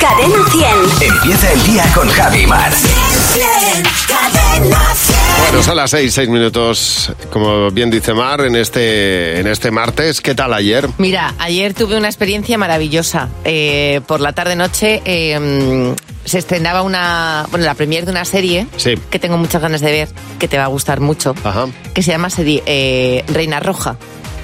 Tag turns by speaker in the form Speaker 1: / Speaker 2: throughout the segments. Speaker 1: Cadena 100.
Speaker 2: Empieza el día con Javi Mar.
Speaker 1: Cadena 100.
Speaker 3: Bueno, son las 6, 6 minutos, como bien dice Mar, en este, en este martes. ¿Qué tal ayer?
Speaker 4: Mira, ayer tuve una experiencia maravillosa. Eh, por la tarde-noche eh, se estrenaba una, bueno, la premiere de una serie
Speaker 3: Sí. Ah.
Speaker 4: que tengo muchas ganas de ver, que te va a gustar mucho,
Speaker 3: Ajá.
Speaker 4: que se llama serie, eh, Reina Roja.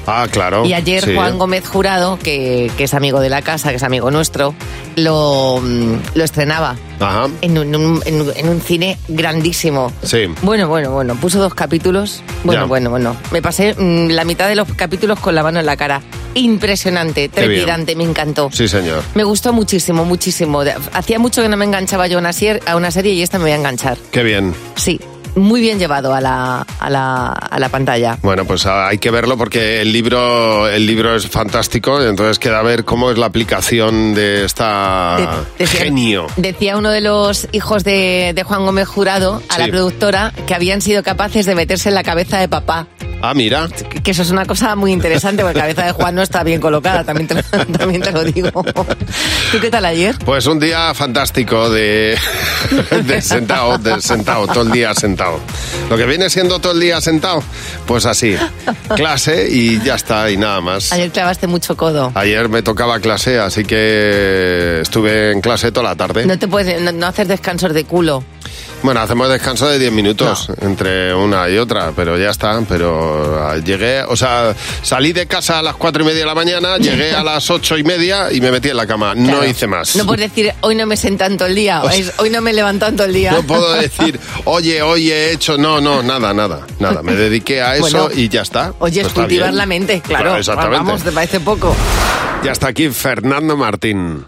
Speaker 3: Ah, claro.
Speaker 4: Y ayer
Speaker 3: sí.
Speaker 4: Juan Gómez Jurado, que, que es amigo de la casa, que es amigo nuestro, lo, mm, lo estrenaba
Speaker 3: Ajá.
Speaker 4: en un, un- en un- en un cine grandísimo.
Speaker 3: Sí.
Speaker 4: Bueno, bueno, bueno, puso dos capítulos. Bueno,
Speaker 3: Ya.
Speaker 4: bueno, bueno. Me pasé mm, la mitad de los capítulos con la mano en la cara. Impresionante,
Speaker 3: Qué bien.
Speaker 4: trepidante, me encantó.
Speaker 3: Sí, señor.
Speaker 4: Me gustó muchísimo, muchísimo. De- Hacía mucho que no me enganchaba yo a una, sier- a una serie y esta me voy a enganchar.
Speaker 3: Qué bien.
Speaker 4: Sí, muy bien llevado a la, a la, a la pantalla.
Speaker 3: Bueno, pues ah, hay que verlo porque el libro, el libro es fantástico. Entonces queda ver cómo es la aplicación de esta
Speaker 4: De- decía-
Speaker 3: Ah, genio.
Speaker 4: Decía uno de los hijos de, de Juan Gómez Jurado a la
Speaker 3: Sí.
Speaker 4: productora que habían sido capaces de meterse en la cabeza de papá.
Speaker 3: Ah, mira.
Speaker 4: Que- Que eso es una cosa muy interesante porque la cabeza de Juan no está bien colocada, también te, lo- también te lo digo. ¿Tú qué tal ayer?
Speaker 3: Pues un día fantástico de, de sentado, de sentado, todo el día sentado. Lo que viene siendo todo el día sentado, pues así. Clase y ya está, y nada más.
Speaker 4: Ayer clavaste mucho codo.
Speaker 3: Ayer me tocaba clase, así que estuve en clase toda la tarde.
Speaker 4: No te puedes, no, no haces descansos de culo.
Speaker 3: Bueno, hacemos descanso de 10 minutos entre una y otra, pero ya está. Pero ah, llegué, o sea, salí de casa a las 4 y media de la mañana, llegué a las 8 y media y me metí en la cama. No
Speaker 4: Claro.
Speaker 3: hice más.
Speaker 4: No puedes decir, hoy no me sentan todo el día,
Speaker 3: O sea-
Speaker 4: es, hoy no me levantan todo el día.
Speaker 3: No puedo decir, oye, hoy he hecho. No, no, nada, nada, nada. Me dediqué a eso
Speaker 4: Bueno,
Speaker 3: y ya está.
Speaker 4: Oye,
Speaker 3: Pues
Speaker 4: es
Speaker 3: está
Speaker 4: cultivar
Speaker 3: bien.
Speaker 4: la mente, claro.
Speaker 3: exactamente.
Speaker 4: Vamos, te parece poco.
Speaker 3: Y hasta aquí Fernando Martín.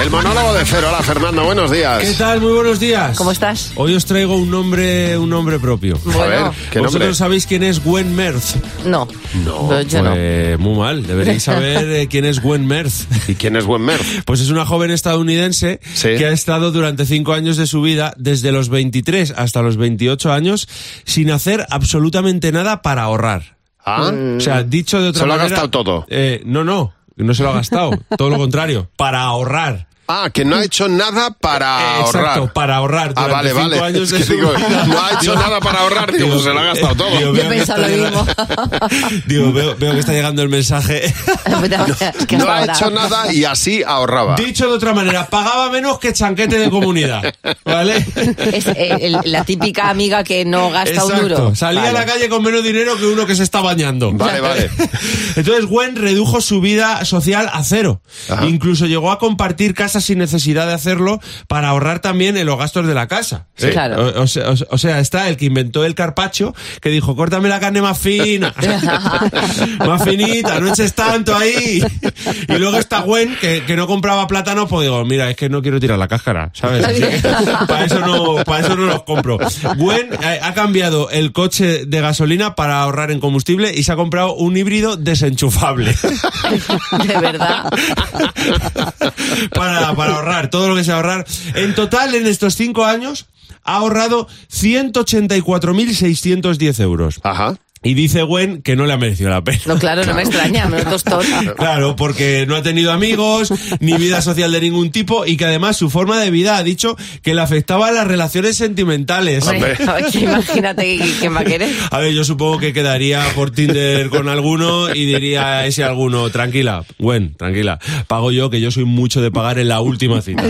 Speaker 3: El monólogo de cero. Hola, Fernando, buenos días.
Speaker 5: ¿Qué tal? Muy buenos días.
Speaker 4: ¿Cómo estás?
Speaker 5: Hoy os traigo un nombre, un nombre propio.
Speaker 3: A
Speaker 4: Bueno,
Speaker 3: ver, ¿qué
Speaker 5: ¿Vosotros
Speaker 3: nombre?
Speaker 5: sabéis quién es Gwen Merz?
Speaker 4: no. No, yo no.
Speaker 5: Pues, Muy mal, deberéis saber eh, quién es Gwen Merz.
Speaker 3: ¿Y quién es Buen Merz?
Speaker 5: Pues es una joven estadounidense
Speaker 3: Sí.
Speaker 5: que ha estado durante cinco años de su vida, desde los 23 hasta los 28 años, sin hacer absolutamente nada para ahorrar.
Speaker 3: ¿Ah?
Speaker 5: O sea, dicho de otra
Speaker 3: ¿Se lo ha
Speaker 5: manera,
Speaker 3: gastado todo?
Speaker 5: eh, no, no, no se lo ha gastado. todo lo contrario, para ahorrar.
Speaker 3: Ah, que no ha hecho nada para
Speaker 5: Eh, exacto,
Speaker 3: ahorrar.
Speaker 5: para ahorrar.
Speaker 3: Ah,
Speaker 5: durante
Speaker 3: vale,
Speaker 5: cinco
Speaker 3: vale.
Speaker 5: años
Speaker 3: Es
Speaker 5: de
Speaker 3: que
Speaker 5: su
Speaker 3: digo,
Speaker 5: vida.
Speaker 3: no ha hecho
Speaker 5: Digo,
Speaker 3: nada para ahorrar, digo, pues se lo ha gastado todo.
Speaker 5: digo,
Speaker 4: Yo
Speaker 5: veo
Speaker 4: he
Speaker 5: que
Speaker 4: pensado lo
Speaker 5: está
Speaker 4: mismo.
Speaker 5: llegando- Digo, veo, veo que está llegando el mensaje.
Speaker 4: Pues Es que
Speaker 3: No
Speaker 4: hasta
Speaker 3: ha
Speaker 4: ahora-
Speaker 3: hecho nada y así ahorraba.
Speaker 5: Dicho de otra manera, pagaba menos que chanquete de comunidad. ¿Vale?
Speaker 4: Es eh, el- la típica amiga que no gasta
Speaker 5: Exacto.
Speaker 4: un duro.
Speaker 5: Salía a
Speaker 4: Vale.
Speaker 5: la calle con menos dinero que uno que se está bañando.
Speaker 3: Vale, vale.
Speaker 5: Entonces Gwen redujo su vida social a cero.
Speaker 3: Ajá.
Speaker 5: Incluso llegó a compartir casa sin necesidad de hacerlo para ahorrar también en los gastos de la casa.
Speaker 4: Sí. Claro.
Speaker 5: O, o sea, o- o sea, está el que inventó el carpacho que dijo, córtame la carne más fina. más finita, no eches tanto ahí. Y luego está Gwen que, que no compraba plátanos, pues digo, mira, es que no quiero tirar la cáscara, ¿sabes? O sea, que para eso no, para eso no los compro. Gwen eh, ha cambiado el coche de gasolina para ahorrar en combustible y se ha comprado un híbrido desenchufable.
Speaker 4: De verdad.
Speaker 5: para, para ahorrar, todo lo que sea ahorrar. En total, en estos cinco años, ha ahorrado 184.610 euros.
Speaker 3: Ajá.
Speaker 5: Y dice Gwen que no le ha merecido la pena.
Speaker 4: No, claro, no me extraña, me lo tostón.
Speaker 5: Claro, porque no ha tenido amigos, ni vida social de ningún tipo, y que además su forma de vida ha dicho que le afectaba a las relaciones sentimentales.
Speaker 4: Hombre, que imagínate quién va a querer.
Speaker 5: A ver, yo supongo que quedaría por Tinder con alguno y diría a ese alguno, tranquila, Gwen, tranquila, pago yo que yo soy mucho de pagar en la última cita.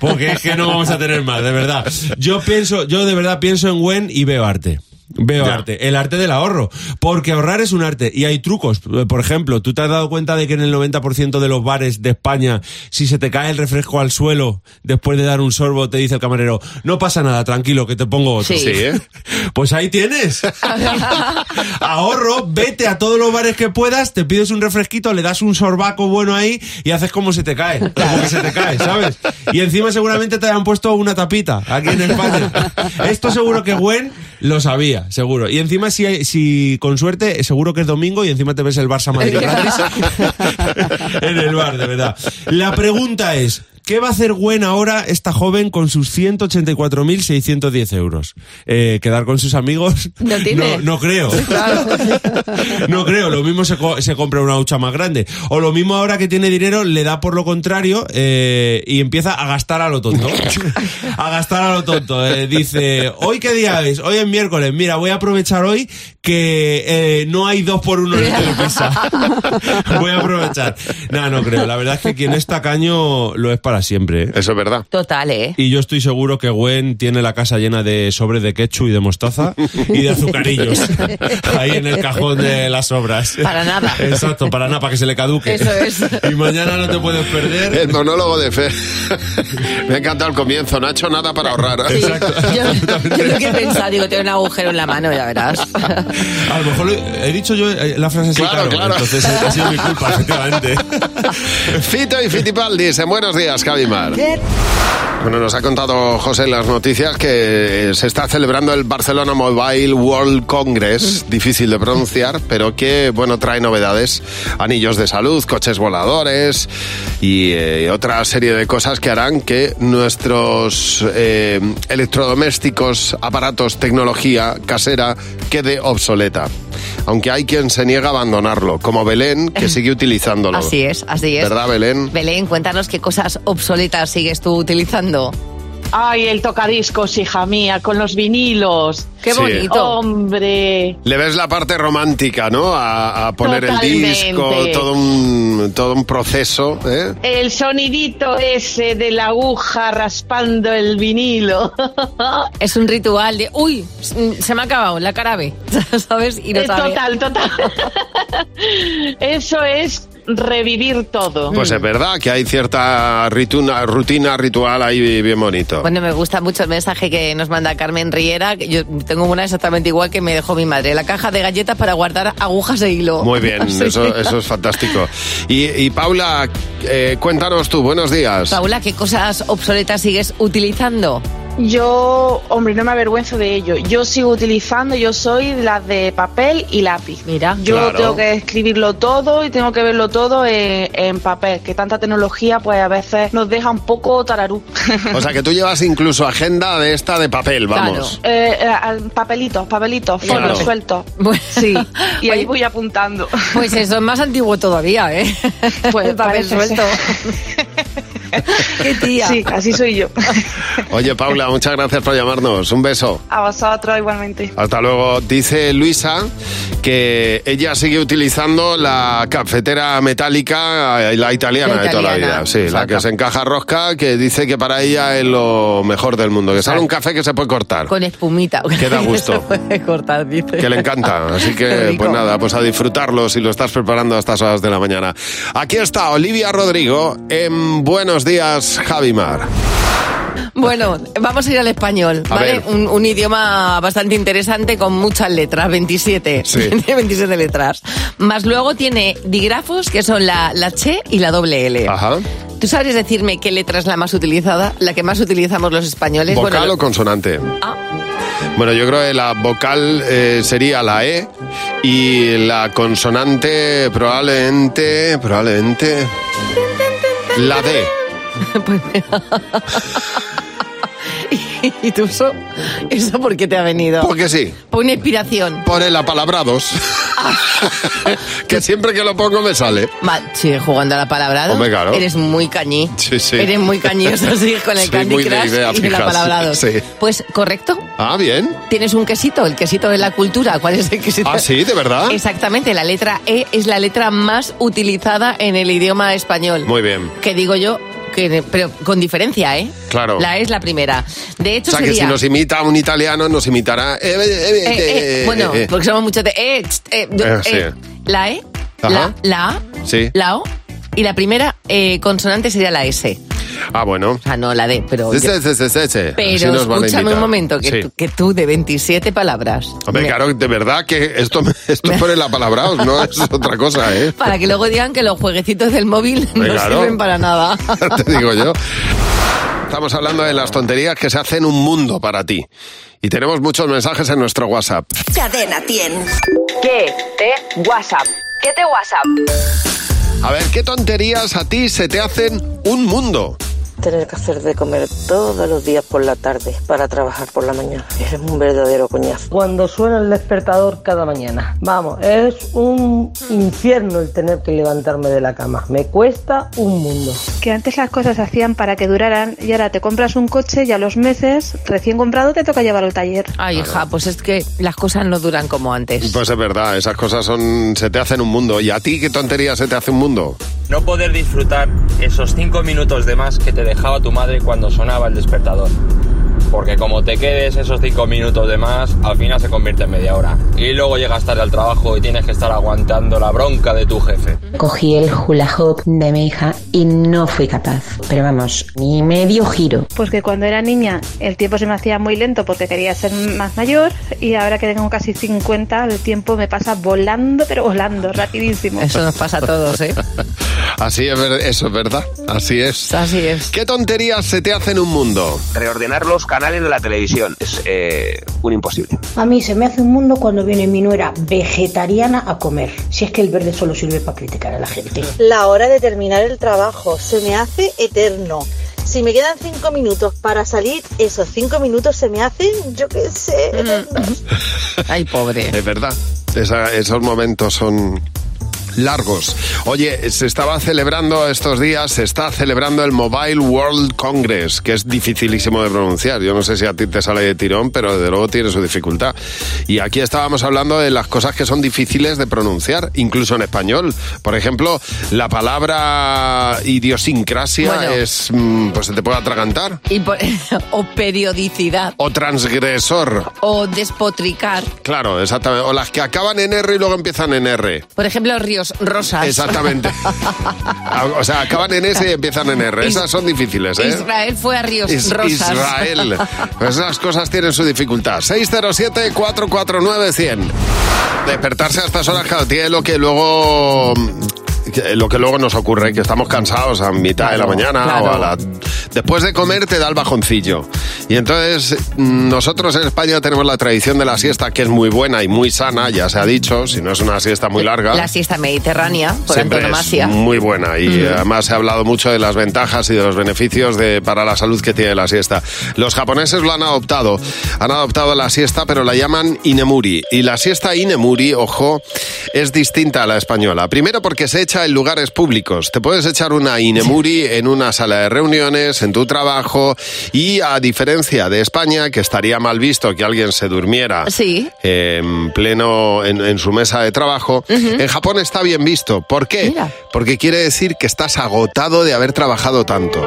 Speaker 5: Porque es que no vamos a tener más, de verdad. Yo pienso, yo de verdad pienso en Gwen y veo arte. Veo
Speaker 3: Ya.
Speaker 5: arte, el arte del ahorro, porque ahorrar es un arte y hay trucos. Por ejemplo, ¿tú te has dado cuenta de que en el 90% de los bares de España, si se te cae el refresco al suelo después de dar un sorbo, te dice el camarero, no pasa nada, tranquilo, que te pongo otro?
Speaker 4: Sí.
Speaker 3: Sí, ¿eh?
Speaker 5: Pues ahí tienes. Ahorro, vete a todos los bares que puedas, te pides un refresquito, le das un sorbaco bueno ahí y haces como se te cae. Como que se te cae, ¿sabes? Y encima seguramente te hayan puesto una tapita aquí en España. Esto seguro que Gwen lo sabía, seguro. Y encima, si, hay- si con suerte, seguro que es domingo y encima te ves el Barça Madrid gratis en el bar, de verdad. La pregunta es. ¿Qué va a hacer Gwen ahora, esta joven, con sus 184.610 euros? Eh, ¿Quedar con sus amigos?
Speaker 1: No tiene.
Speaker 5: No, no creo. no creo. Lo mismo se, co- se compra una hucha más grande. O lo mismo ahora que tiene dinero, le da por lo contrario eh, y empieza a gastar a lo tonto. a gastar a lo tonto. Eh, dice, ¿hoy qué día es? Hoy es miércoles. Mira, voy a aprovechar hoy que eh, no hay dos por uno en el Telepisa. voy a aprovechar. No, no creo. La verdad es que quien es tacaño lo es para siempre. ¿eh?
Speaker 3: Eso es verdad.
Speaker 4: Total, ¿eh?
Speaker 5: Y yo estoy seguro que Gwen tiene la casa llena de sobres de ketchup y de mostaza y de azucarillos. Ahí en el cajón de las obras.
Speaker 4: Para nada.
Speaker 5: Exacto, para nada, para que se le caduque.
Speaker 4: Eso es.
Speaker 5: Y mañana no te puedes perder.
Speaker 3: El monólogo de Fe. Me ha encantado el comienzo. No ha hecho nada para ahorrar. ¿eh?
Speaker 4: Sí. Yo, yo lo que he pensado, digo, tengo un agujero en la mano, ya verás.
Speaker 5: A lo mejor lo- he dicho yo eh, la frase así,
Speaker 3: Claro,
Speaker 5: claro.
Speaker 3: claro.
Speaker 5: Entonces eh, ha sido mi culpa, efectivamente.
Speaker 3: Fito y Fitipaldi dicen buenos días, Javimar. Bueno, nos ha contado José en las noticias que se está celebrando el Barcelona Mobile World Congress, difícil de pronunciar, pero que, bueno, trae novedades, anillos de salud, coches voladores y eh, otra serie de cosas que harán que nuestros eh, electrodomésticos, aparatos, tecnología casera quede obsoleta. Aunque hay quien se niega a abandonarlo, como Belén, que sigue utilizándolo.
Speaker 4: Así es, así es.
Speaker 3: ¿Verdad, Belén?
Speaker 4: Belén, cuéntanos qué cosas obsoletas sigues tú utilizando.
Speaker 6: Ay, el tocadiscos, hija mía, con los vinilos.
Speaker 4: Qué
Speaker 3: Sí.
Speaker 4: bonito.
Speaker 6: Hombre.
Speaker 3: Le ves la parte romántica, ¿no? A, a poner el
Speaker 6: Totalmente.
Speaker 3: disco, todo un, todo un proceso, ¿eh?
Speaker 6: El sonidito ese de la aguja raspando el vinilo.
Speaker 4: Es un ritual de, uy, se me ha acabado la cara B, ¿sabes? Y no
Speaker 6: Eh,
Speaker 4: sabe.
Speaker 6: total, total. Eso es revivir todo.
Speaker 3: Pues
Speaker 4: Mm.
Speaker 3: es verdad que hay cierta rituna- rutina ritual ahí bien bonito.
Speaker 4: Bueno, me gusta mucho el mensaje que nos manda Carmen Riera. que Yo tengo una exactamente igual que me dejó mi madre. La caja de galletas para guardar agujas de hilo.
Speaker 3: Muy bien,
Speaker 4: Sí.
Speaker 3: eso, eso es fantástico. Y, y Paula, eh, cuéntanos tú, buenos días.
Speaker 4: Paula, ¿qué cosas obsoletas sigues utilizando?
Speaker 1: Yo, hombre, no me avergüenzo de ello. Yo sigo utilizando, yo soy las de papel y lápiz.
Speaker 4: Mira.
Speaker 1: Yo
Speaker 3: Claro.
Speaker 1: tengo que escribirlo todo y tengo que verlo todo en, en papel, que tanta tecnología pues a veces nos deja un poco tararú.
Speaker 3: O sea, que tú llevas incluso agenda de esta de papel, vamos.
Speaker 1: Eh, eh, al- papelitos, papelitos,
Speaker 3: Claro.
Speaker 1: folios sueltos.
Speaker 4: Bueno.
Speaker 1: Sí, y ahí
Speaker 4: Oye.
Speaker 1: voy apuntando.
Speaker 4: Pues eso es más antiguo todavía, ¿eh?
Speaker 1: Pues
Speaker 4: El papel
Speaker 1: parece
Speaker 4: suelto. Qué tía.
Speaker 1: Sí, así soy yo.
Speaker 3: Oye, Paula, muchas gracias por llamarnos. Un beso.
Speaker 1: A vosotros igualmente.
Speaker 3: Hasta luego. Dice Luisa que ella sigue utilizando la cafetera metálica, eh, la italiana,
Speaker 4: La
Speaker 3: de toda la
Speaker 4: italiana.
Speaker 3: vida. Sí, la
Speaker 4: Exacto.
Speaker 3: que se encaja rosca, que dice que para ella es lo mejor del mundo. Que sale un café que se puede cortar.
Speaker 4: Con espumita.
Speaker 3: Qué da gusto.
Speaker 4: Se puede cortar, dice.
Speaker 3: Que le encanta, así
Speaker 4: Qué
Speaker 3: que
Speaker 4: rico.
Speaker 3: pues nada, pues a disfrutarlo si lo estás preparando a estas horas de la mañana. Aquí está Olivia Rodrigo en Buenos Días, Javimar.
Speaker 4: Bueno, vamos a ir al español,
Speaker 3: A
Speaker 4: ¿vale?
Speaker 3: ver.
Speaker 4: Un, un idioma bastante interesante con muchas letras, 27.
Speaker 3: Sí.
Speaker 4: Tiene 27 letras. Más luego tiene digrafos, que son la, la Che y la doble L.
Speaker 3: Ajá.
Speaker 4: ¿Tú sabes decirme qué letra es la más utilizada? La que más utilizamos los españoles. Bueno,
Speaker 3: ¿Vocal
Speaker 4: lo-
Speaker 3: o consonante?
Speaker 4: Ah,
Speaker 3: Bueno, yo creo que la vocal eh, sería la E y la consonante probablemente, probablemente la D.
Speaker 4: ¿Y tú eso? ¿Eso por qué te ha venido?
Speaker 3: Porque sí,
Speaker 4: Por una inspiración.
Speaker 3: pone la palabra dos.
Speaker 4: Ah.
Speaker 3: que siempre que lo pongo me sale.
Speaker 4: Ma- sigue jugando a la palabra.
Speaker 3: Hombre, claro.
Speaker 4: Eres muy cañí.
Speaker 3: Sí, sí.
Speaker 4: Eres muy cañí, eso sí, con el
Speaker 3: Soy
Speaker 4: Candy
Speaker 3: muy de
Speaker 4: Crush
Speaker 3: idea
Speaker 4: y la
Speaker 3: fija,
Speaker 4: palabra dos.
Speaker 3: sí.
Speaker 4: Pues correcto.
Speaker 3: Ah, bien.
Speaker 4: Tienes un quesito, el quesito de la cultura. ¿Cuál es el quesito?
Speaker 3: Ah, sí, de verdad.
Speaker 4: Exactamente, la letra E es la letra más utilizada en el idioma español.
Speaker 3: Muy bien.
Speaker 4: Que digo yo, que, pero con diferencia, ¿eh?
Speaker 3: Claro.
Speaker 4: La E es la primera. De
Speaker 3: O
Speaker 4: hecho,
Speaker 3: sea, que
Speaker 4: sería...
Speaker 3: si nos imita un italiano, nos imitará. eh, eh, eh,
Speaker 4: Eh, eh,
Speaker 3: eh,
Speaker 4: bueno,
Speaker 3: eh, eh.
Speaker 4: porque somos muchos de... eh, txt, eh, du-
Speaker 3: Eh, sí.
Speaker 4: eh. La E,
Speaker 3: Ajá.
Speaker 4: la, la A,
Speaker 3: Sí.
Speaker 4: la O y la primera eh, consonante sería la S.
Speaker 3: Ah, bueno.
Speaker 4: O sea, no la D, pero...
Speaker 3: Sí,
Speaker 4: yo-
Speaker 3: sí, sí, sí, sí, sí. Así
Speaker 4: Pero
Speaker 3: nos van a
Speaker 4: escúchame un
Speaker 3: imitar.
Speaker 4: momento, que,
Speaker 3: Sí.
Speaker 4: tú, que tú de 27 palabras...
Speaker 3: Hombre,
Speaker 4: me-
Speaker 3: claro, de verdad que esto, esto pone la palabra, no es otra cosa, ¿eh?
Speaker 4: Para que luego digan que los jueguecitos del móvil no
Speaker 3: Hombre, claro.
Speaker 4: sirven para nada.
Speaker 3: Te digo yo. Estamos hablando de las tonterías que se hacen un mundo para ti. Y tenemos muchos mensajes en nuestro WhatsApp.
Speaker 7: Cadena 100.
Speaker 6: ¿Qué te WhatsApp? ¿Qué te WhatsApp?
Speaker 3: A ver, ¿qué tonterías a ti se te hacen un mundo?
Speaker 7: tener que hacer de comer todos los días por la tarde para trabajar por la mañana. Es un verdadero coñazo.
Speaker 8: Cuando suena el despertador cada mañana. Vamos, es un infierno el tener que levantarme de la cama. Me cuesta un mundo.
Speaker 9: Que antes las cosas se hacían para que duraran y ahora te compras un coche y a los meses, recién comprado, te toca llevarlo al taller.
Speaker 4: Ay, hija, pues es que las cosas no duran como antes.
Speaker 3: Pues es verdad, esas cosas son se te hacen un mundo. ¿Y a ti qué tontería se te hace un mundo?
Speaker 10: No poder disfrutar esos cinco minutos de más que te dejaba tu madre cuando sonaba el despertador. Porque como te quedes esos cinco minutos de más, al final se convierte en media hora. Y luego llegas tarde al trabajo y tienes que estar aguantando la bronca de tu jefe.
Speaker 11: Cogí el hula hoop de mi hija y no fui capaz. Pero vamos, ni medio giro.
Speaker 9: Pues que cuando era niña el tiempo se me hacía muy lento porque quería ser más mayor y ahora que tengo casi 50 el tiempo me pasa volando, pero volando, rapidísimo.
Speaker 4: Eso nos pasa a todos, ¿eh?
Speaker 3: Así es, ver- eso es verdad. Así es.
Speaker 4: Así es.
Speaker 3: ¿Qué tonterías se te hacen un mundo?
Speaker 12: Reordenar los canales de la televisión es eh, un imposible.
Speaker 13: A mí se me hace un mundo cuando viene mi nuera vegetariana a comer. Si es que el verde solo sirve para criticar a la gente.
Speaker 14: La hora de terminar el trabajo se me hace eterno. Si me quedan cinco minutos para salir, esos cinco minutos se me hacen, yo qué sé,
Speaker 15: Mm.
Speaker 14: eternos.
Speaker 4: Ay, pobre.
Speaker 3: Es verdad. Esa- esos momentos son largos. Oye, se estaba celebrando estos días, se está celebrando el Mobile World Congress, que es dificilísimo de pronunciar. Yo no sé si a ti te sale de tirón, pero desde luego tiene su dificultad. Y aquí estábamos hablando de las cosas que son difíciles de pronunciar, incluso en español. Por ejemplo, la palabra idiosincrasia
Speaker 4: Bueno.
Speaker 3: es, mm, pues se te puede atragantar.
Speaker 4: Y por- o periodicidad.
Speaker 3: O transgresor.
Speaker 4: O despotricar.
Speaker 3: Claro, exactamente. O las que acaban en R y luego empiezan en R.
Speaker 4: Por ejemplo, ríos rosas.
Speaker 3: Exactamente. O sea, acaban en S y empiezan en R. Esas son difíciles, ¿eh?
Speaker 4: Israel fue a ríos
Speaker 3: Is-
Speaker 4: rosas.
Speaker 3: Israel. Pues esas cosas tienen su dificultad. 607-449-100. Despertarse a estas horas, claro, tiene lo que luego... que- Lo que luego nos ocurre, que estamos cansados a mitad de la mañana o a la... Después de comer te da el bajoncillo. Y entonces mm, nosotros en España tenemos la tradición de la siesta, que es muy buena y muy sana, ya se ha dicho, si no es una siesta muy larga.
Speaker 4: Eh, La siesta mediterránea, por
Speaker 3: Siempre
Speaker 4: antonomasia. Mm.
Speaker 3: es muy buena y
Speaker 4: Ujú.
Speaker 3: además se ha hablado mucho de las ventajas y de los beneficios de, para la salud que tiene la siesta. Los japoneses lo han adoptado, han adoptado la siesta pero la llaman inemuri y la siesta inemuri, ojo, es distinta a la española. Primero porque se echa en lugares públicos. Te puedes echar una inemuri en una sala de reuniones, en tu trabajo y a diferencia de España que estaría mal visto que alguien se durmiera
Speaker 4: Sí.
Speaker 3: en pleno en, en su mesa de trabajo. En Japón está bien visto. ¿Por qué? Porque quiere decir que estás agotado de haber trabajado tanto.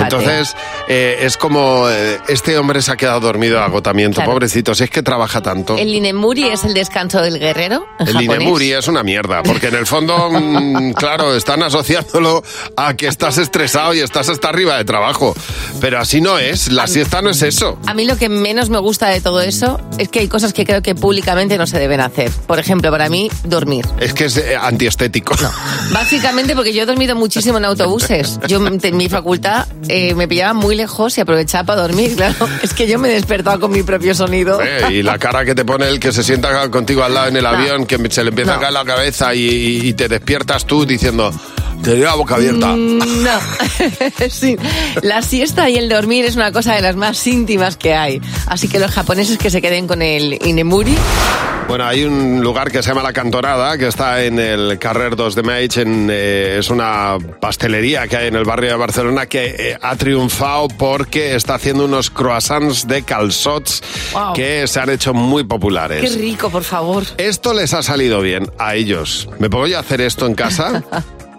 Speaker 3: Entonces eh, es como eh, este hombre se ha quedado dormido de agotamiento,
Speaker 4: Claro.
Speaker 3: pobrecito. Si es que trabaja tanto.
Speaker 4: El Inemuri es el descanso del guerrero. en
Speaker 3: El
Speaker 4: japonés.
Speaker 3: Inemuri es una mierda, porque en el fondo, mm, claro, están asociándolo a que estás estresado y estás hasta arriba de trabajo. Pero así no es, la siesta no es eso.
Speaker 4: A mí lo que menos me gusta de todo eso es que hay cosas que creo que públicamente no se deben hacer. Por ejemplo, para mí, dormir.
Speaker 3: Es que es eh, antiestético.
Speaker 4: Básicamente porque yo he dormido muchísimo en autobuses. Yo en mi facultad eh, me pillaba muy lejos y aprovechaba para dormir, claro. Es que yo me despertaba con mi propio sonido.
Speaker 3: Eh, y la cara que te pone el que se sienta contigo al lado en el
Speaker 4: No.
Speaker 3: avión, que se le empieza a
Speaker 4: No.
Speaker 3: caer la cabeza y, y- y te despiertas tú diciendo, te dio la boca abierta.
Speaker 4: Mm, No, sí. La siesta y el dormir es una cosa de las más íntimas que hay. Así que los japoneses que se queden con el Inemuri.
Speaker 3: Bueno, hay un lugar que se llama La Cantorada, que está en el Carrer 2 de Meig, en, eh, es una pastelería que hay en el barrio de Barcelona que eh, ha triunfado porque está haciendo unos croissants de calzots
Speaker 4: Wow.
Speaker 3: que se han hecho muy populares.
Speaker 4: Qué rico, por favor.
Speaker 3: Esto les ha salido bien a ellos. Me pongo yo a hacer esto en casa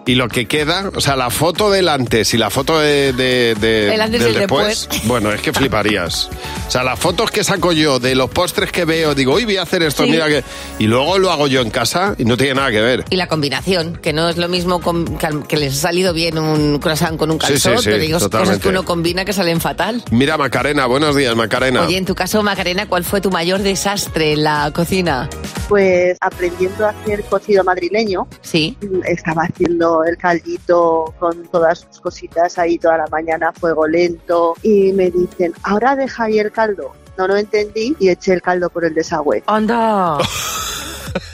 Speaker 3: y lo que queda, o sea, la foto del antes y la foto de, de- de-
Speaker 4: El antes y
Speaker 3: del
Speaker 4: el
Speaker 3: después. Bueno, es que fliparías. O sea, las fotos que saco yo de los postres que veo, digo, hoy voy a hacer esto,
Speaker 4: Sí.
Speaker 3: mira que. Y luego lo hago yo en casa y no tiene nada que ver.
Speaker 4: Y la combinación, que no es lo mismo con- que, al- que les ha salido bien un croissant con un
Speaker 3: Sí, sí,
Speaker 4: calzón,
Speaker 3: sí,
Speaker 4: pero digo cosas
Speaker 3: totalmente.
Speaker 4: que uno combina que salen fatal.
Speaker 3: Mira, Macarena, buenos días, Macarena.
Speaker 4: Oye, en tu caso, Macarena, ¿cuál fue tu mayor desastre en la cocina?
Speaker 16: pues aprendiendo a hacer cocido madrileño.
Speaker 4: Sí.
Speaker 16: Estaba haciendo el caldito con todas sus cositas ahí toda la mañana, a fuego lento. Y me dicen, ahora deja ahí el caldo. No lo entendí y eché el caldo por el desagüe.
Speaker 4: ¡Anda!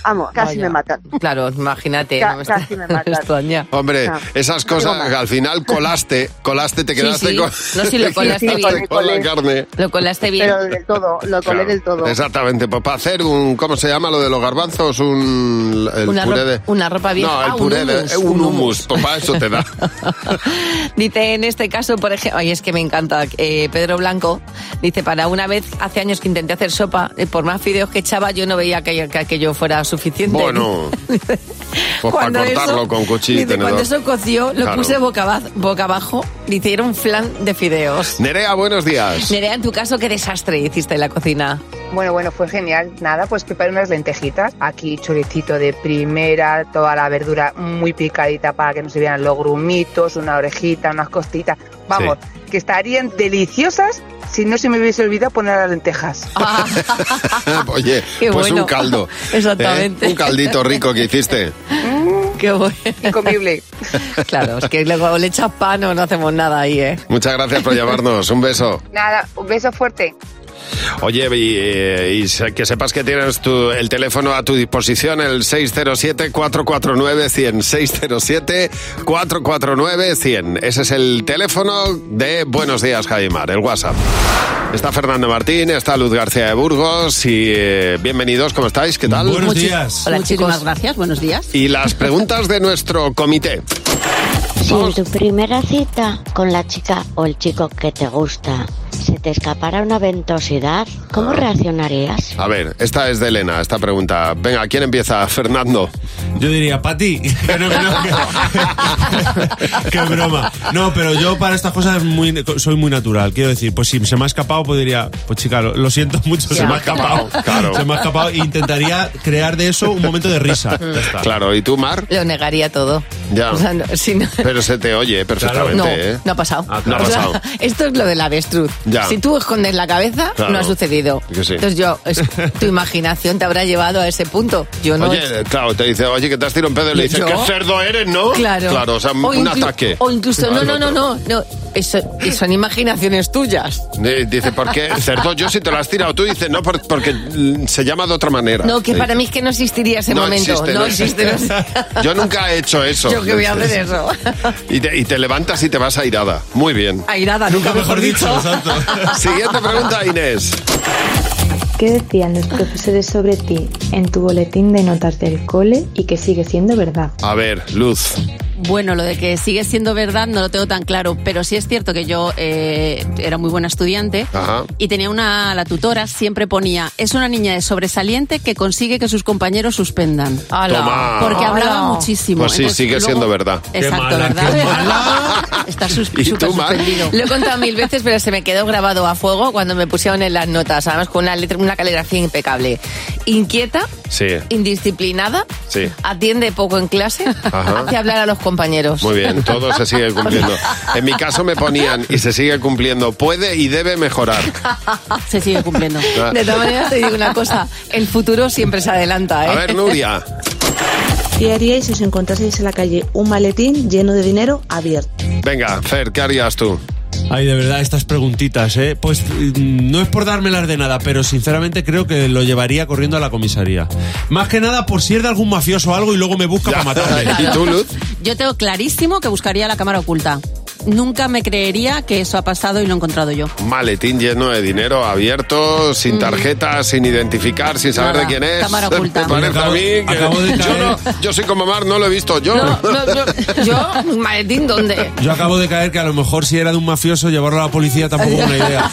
Speaker 16: Vamos, casi
Speaker 4: Vaya.
Speaker 16: me matan.
Speaker 4: Claro, imagínate.
Speaker 16: Ca-
Speaker 4: no me está-
Speaker 16: casi me matan.
Speaker 4: me extraña.
Speaker 3: Hombre,
Speaker 16: Ah,
Speaker 3: esas
Speaker 16: no digo
Speaker 3: cosas
Speaker 16: más.
Speaker 3: que al final colaste, colaste, te
Speaker 4: Sí,
Speaker 3: quedaste
Speaker 4: sí.
Speaker 3: con.
Speaker 4: No, sí, lo
Speaker 3: te
Speaker 4: colaste
Speaker 3: quedaste
Speaker 4: bien.
Speaker 3: con la
Speaker 4: Colé.
Speaker 3: carne.
Speaker 4: Lo colaste bien.
Speaker 16: Pero del todo, lo colé del todo.
Speaker 3: Exactamente, pues para hacer un, ¿cómo se llama lo de los garbanzos? Un el
Speaker 4: Una
Speaker 3: puré
Speaker 4: ro-
Speaker 3: de...
Speaker 4: una ropa vieja.
Speaker 3: No, el
Speaker 4: Ah, un
Speaker 3: puré de...
Speaker 4: hummus,
Speaker 3: eh, un
Speaker 4: un
Speaker 3: hummus, pues para eso te da.
Speaker 4: Dice en este caso, por ejemplo, ay, es que me encanta, eh, Pedro Blanco, dice, para una vez hace años que intenté hacer sopa, eh, por más fideos que echaba, yo no veía que, que aquello fuera suficiente.
Speaker 3: Bueno, pues para
Speaker 4: Cuando eso-
Speaker 3: cortarlo con cuchillo y
Speaker 4: dice,
Speaker 3: tenedor.
Speaker 4: cuando eso coció, lo
Speaker 3: Claro.
Speaker 4: puse boca, aba- boca abajo, dice, era un flan de fideos.
Speaker 3: Nerea, buenos días.
Speaker 4: Nerea, en tu caso, qué desastre hiciste en la cocina.
Speaker 17: Bueno, bueno, fue genial. Nada, pues preparé unas lentejitas. Aquí chuletito de primera, toda la verdura muy picadita para que no se vieran los grumitos, una orejita, unas costitas. Vamos, que estarían deliciosas si no se me hubiese olvidado poner las lentejas.
Speaker 18: Ah.
Speaker 3: Oye,
Speaker 17: Qué
Speaker 3: pues un
Speaker 17: bueno.
Speaker 3: caldo.
Speaker 17: Exactamente.
Speaker 3: ¿eh? Un caldito rico que hiciste.
Speaker 4: Qué bueno.
Speaker 17: Incomible.
Speaker 4: Claro, es que luego le echas pan o no hacemos nada ahí, ¿eh?
Speaker 3: Muchas gracias por llamarnos. Un beso.
Speaker 17: Nada, un beso fuerte.
Speaker 3: Oye, y, eh, y se- que sepas que tienes tu- el teléfono a tu disposición, el 607-449-100. 607-449-100. Ese es el teléfono de Buenos Días, Javimar, el WhatsApp. Está Fernando Martín, está Luz García de Burgos y eh, bienvenidos, ¿cómo estáis? ¿Qué tal?
Speaker 18: Muchi- Hola, Muchísimas gracias, buenos días.
Speaker 3: Y las preguntas de nuestro comité.
Speaker 19: Si en tu primera cita con la chica o el chico que te gusta se te escapara una ventosidad, ¿cómo reaccionarías?
Speaker 3: A ver, esta es de Elena, esta pregunta. Venga, ¿quién empieza? Fernando.
Speaker 5: Yo diría, Pati. Que no, que no, que- Qué broma. No, pero yo para estas cosas muy- soy muy natural. Quiero decir, pues si se me ha escapado, pues diría, pues chica, lo, lo siento mucho, se
Speaker 3: Ya.
Speaker 5: me ha escapado.
Speaker 3: Claro.
Speaker 5: Se me ha escapado. E intentaría crear de eso un momento de risa. Ya está.
Speaker 3: Claro, ¿y tú, Mar?
Speaker 4: Lo negaría todo.
Speaker 3: Ya.
Speaker 4: O sea, no, si no-
Speaker 3: Pero se te oye perfectamente,
Speaker 4: no,
Speaker 3: ¿eh?
Speaker 4: no ha pasado.
Speaker 3: claro.
Speaker 4: O sea,
Speaker 3: No ha pasado.
Speaker 4: esto es lo del avestruz.
Speaker 3: Ya.
Speaker 4: Si tú escondes la cabeza,
Speaker 3: Claro.
Speaker 4: no ha sucedido.
Speaker 3: Que sí.
Speaker 4: Entonces yo, es- tu imaginación te habrá llevado a ese punto. Yo no.
Speaker 3: Oye, claro, te dice, oye, que te has tirado un pedo y le dices,
Speaker 4: Yo-
Speaker 3: qué cerdo eres, ¿no?
Speaker 4: Claro.
Speaker 3: Claro, o sea,
Speaker 4: O
Speaker 3: un
Speaker 4: inclu-
Speaker 3: ataque.
Speaker 4: O incluso, no,
Speaker 3: Al
Speaker 4: no, no,
Speaker 3: otro.
Speaker 4: no, no. Eso, son imaginaciones tuyas.
Speaker 3: Eh, Dice, ¿por qué cerdo? Yo si te lo has tirado tú, dices, no, por- porque mm, se llama de otra manera.
Speaker 4: No, que
Speaker 3: Eh,
Speaker 4: para mí es que no existiría ese
Speaker 3: No
Speaker 4: momento.
Speaker 3: existe,
Speaker 4: no
Speaker 3: no
Speaker 4: existe. no
Speaker 3: existe.
Speaker 4: existe.
Speaker 3: Yo nunca he hecho eso.
Speaker 4: Yo que voy a hacer
Speaker 3: Dices.
Speaker 4: eso.
Speaker 3: Y te, y te levantas y te vas airada. Muy bien.
Speaker 4: Airada, nunca, mejor dicho.
Speaker 3: Siguiente pregunta, Inés.
Speaker 20: ¿Qué decían los profesores sobre ti en tu boletín de notas del cole y que sigue siendo verdad?
Speaker 3: A ver, Luz.
Speaker 18: Bueno, lo de que sigue siendo verdad no lo tengo tan claro, pero sí es cierto que yo eh, era muy buena estudiante
Speaker 3: Ajá.
Speaker 18: y tenía una, la tutora siempre ponía, es una niña de sobresaliente que consigue que sus compañeros suspendan.
Speaker 3: ¡Hala! Toma.
Speaker 18: Porque hablaba
Speaker 3: ¡Hala!
Speaker 18: muchísimo.
Speaker 3: Pues sí, sigue siendo verdad. Qué
Speaker 18: Exacto,
Speaker 3: mala,
Speaker 18: ¿verdad?
Speaker 3: qué
Speaker 18: Está sus-
Speaker 3: ¿Y
Speaker 18: súper
Speaker 3: tú, Mar?
Speaker 18: suspendido.
Speaker 4: Lo he contado mil veces, pero se me quedó grabado a fuego cuando me pusieron en las notas, además con una, letra, una caligrafía impecable. Inquieta,
Speaker 3: Sí,
Speaker 4: indisciplinada,
Speaker 3: sí.
Speaker 4: atiende poco en clase,
Speaker 3: Ajá.
Speaker 4: hace hablar a los compañeros.
Speaker 3: Muy bien, todo se sigue cumpliendo. En mi caso me ponían y se sigue cumpliendo. Puede y debe mejorar.
Speaker 18: Se sigue cumpliendo.
Speaker 3: Ah.
Speaker 4: De todas maneras, te digo una cosa: el futuro siempre se adelanta, ¿eh?
Speaker 3: A ver, Nuria.
Speaker 21: ¿Qué haríais si os encontraseis en la calle un maletín lleno de dinero abierto?
Speaker 3: Venga, Fer, ¿qué harías tú?
Speaker 5: Ay, de verdad, estas preguntitas, ¿eh? Pues mm, no es por dármelas de nada, pero sinceramente creo que lo llevaría corriendo a la comisaría. Más que nada por si es de algún mafioso o algo y luego me busca para matarme.
Speaker 18: ¿Y tú, Luz? Yo tengo clarísimo que buscaría la cámara oculta. Nunca me creería que eso ha pasado y lo he encontrado yo.
Speaker 3: Maletín lleno de dinero, abierto, sin tarjeta, sin identificar, sin saber
Speaker 18: Mm. Nada,
Speaker 3: de quién es.
Speaker 18: cámara oculta.
Speaker 3: Me parece
Speaker 5: Acabo-
Speaker 3: a mí que
Speaker 5: acabo de
Speaker 3: yo,
Speaker 5: caer.
Speaker 3: no- yo soy como Mar, no lo he visto yo.
Speaker 4: yo, yo, maletín, ¿dónde?
Speaker 5: Yo acabo de caer que a lo mejor si era de un mafioso llevarlo a la policía tampoco es una idea.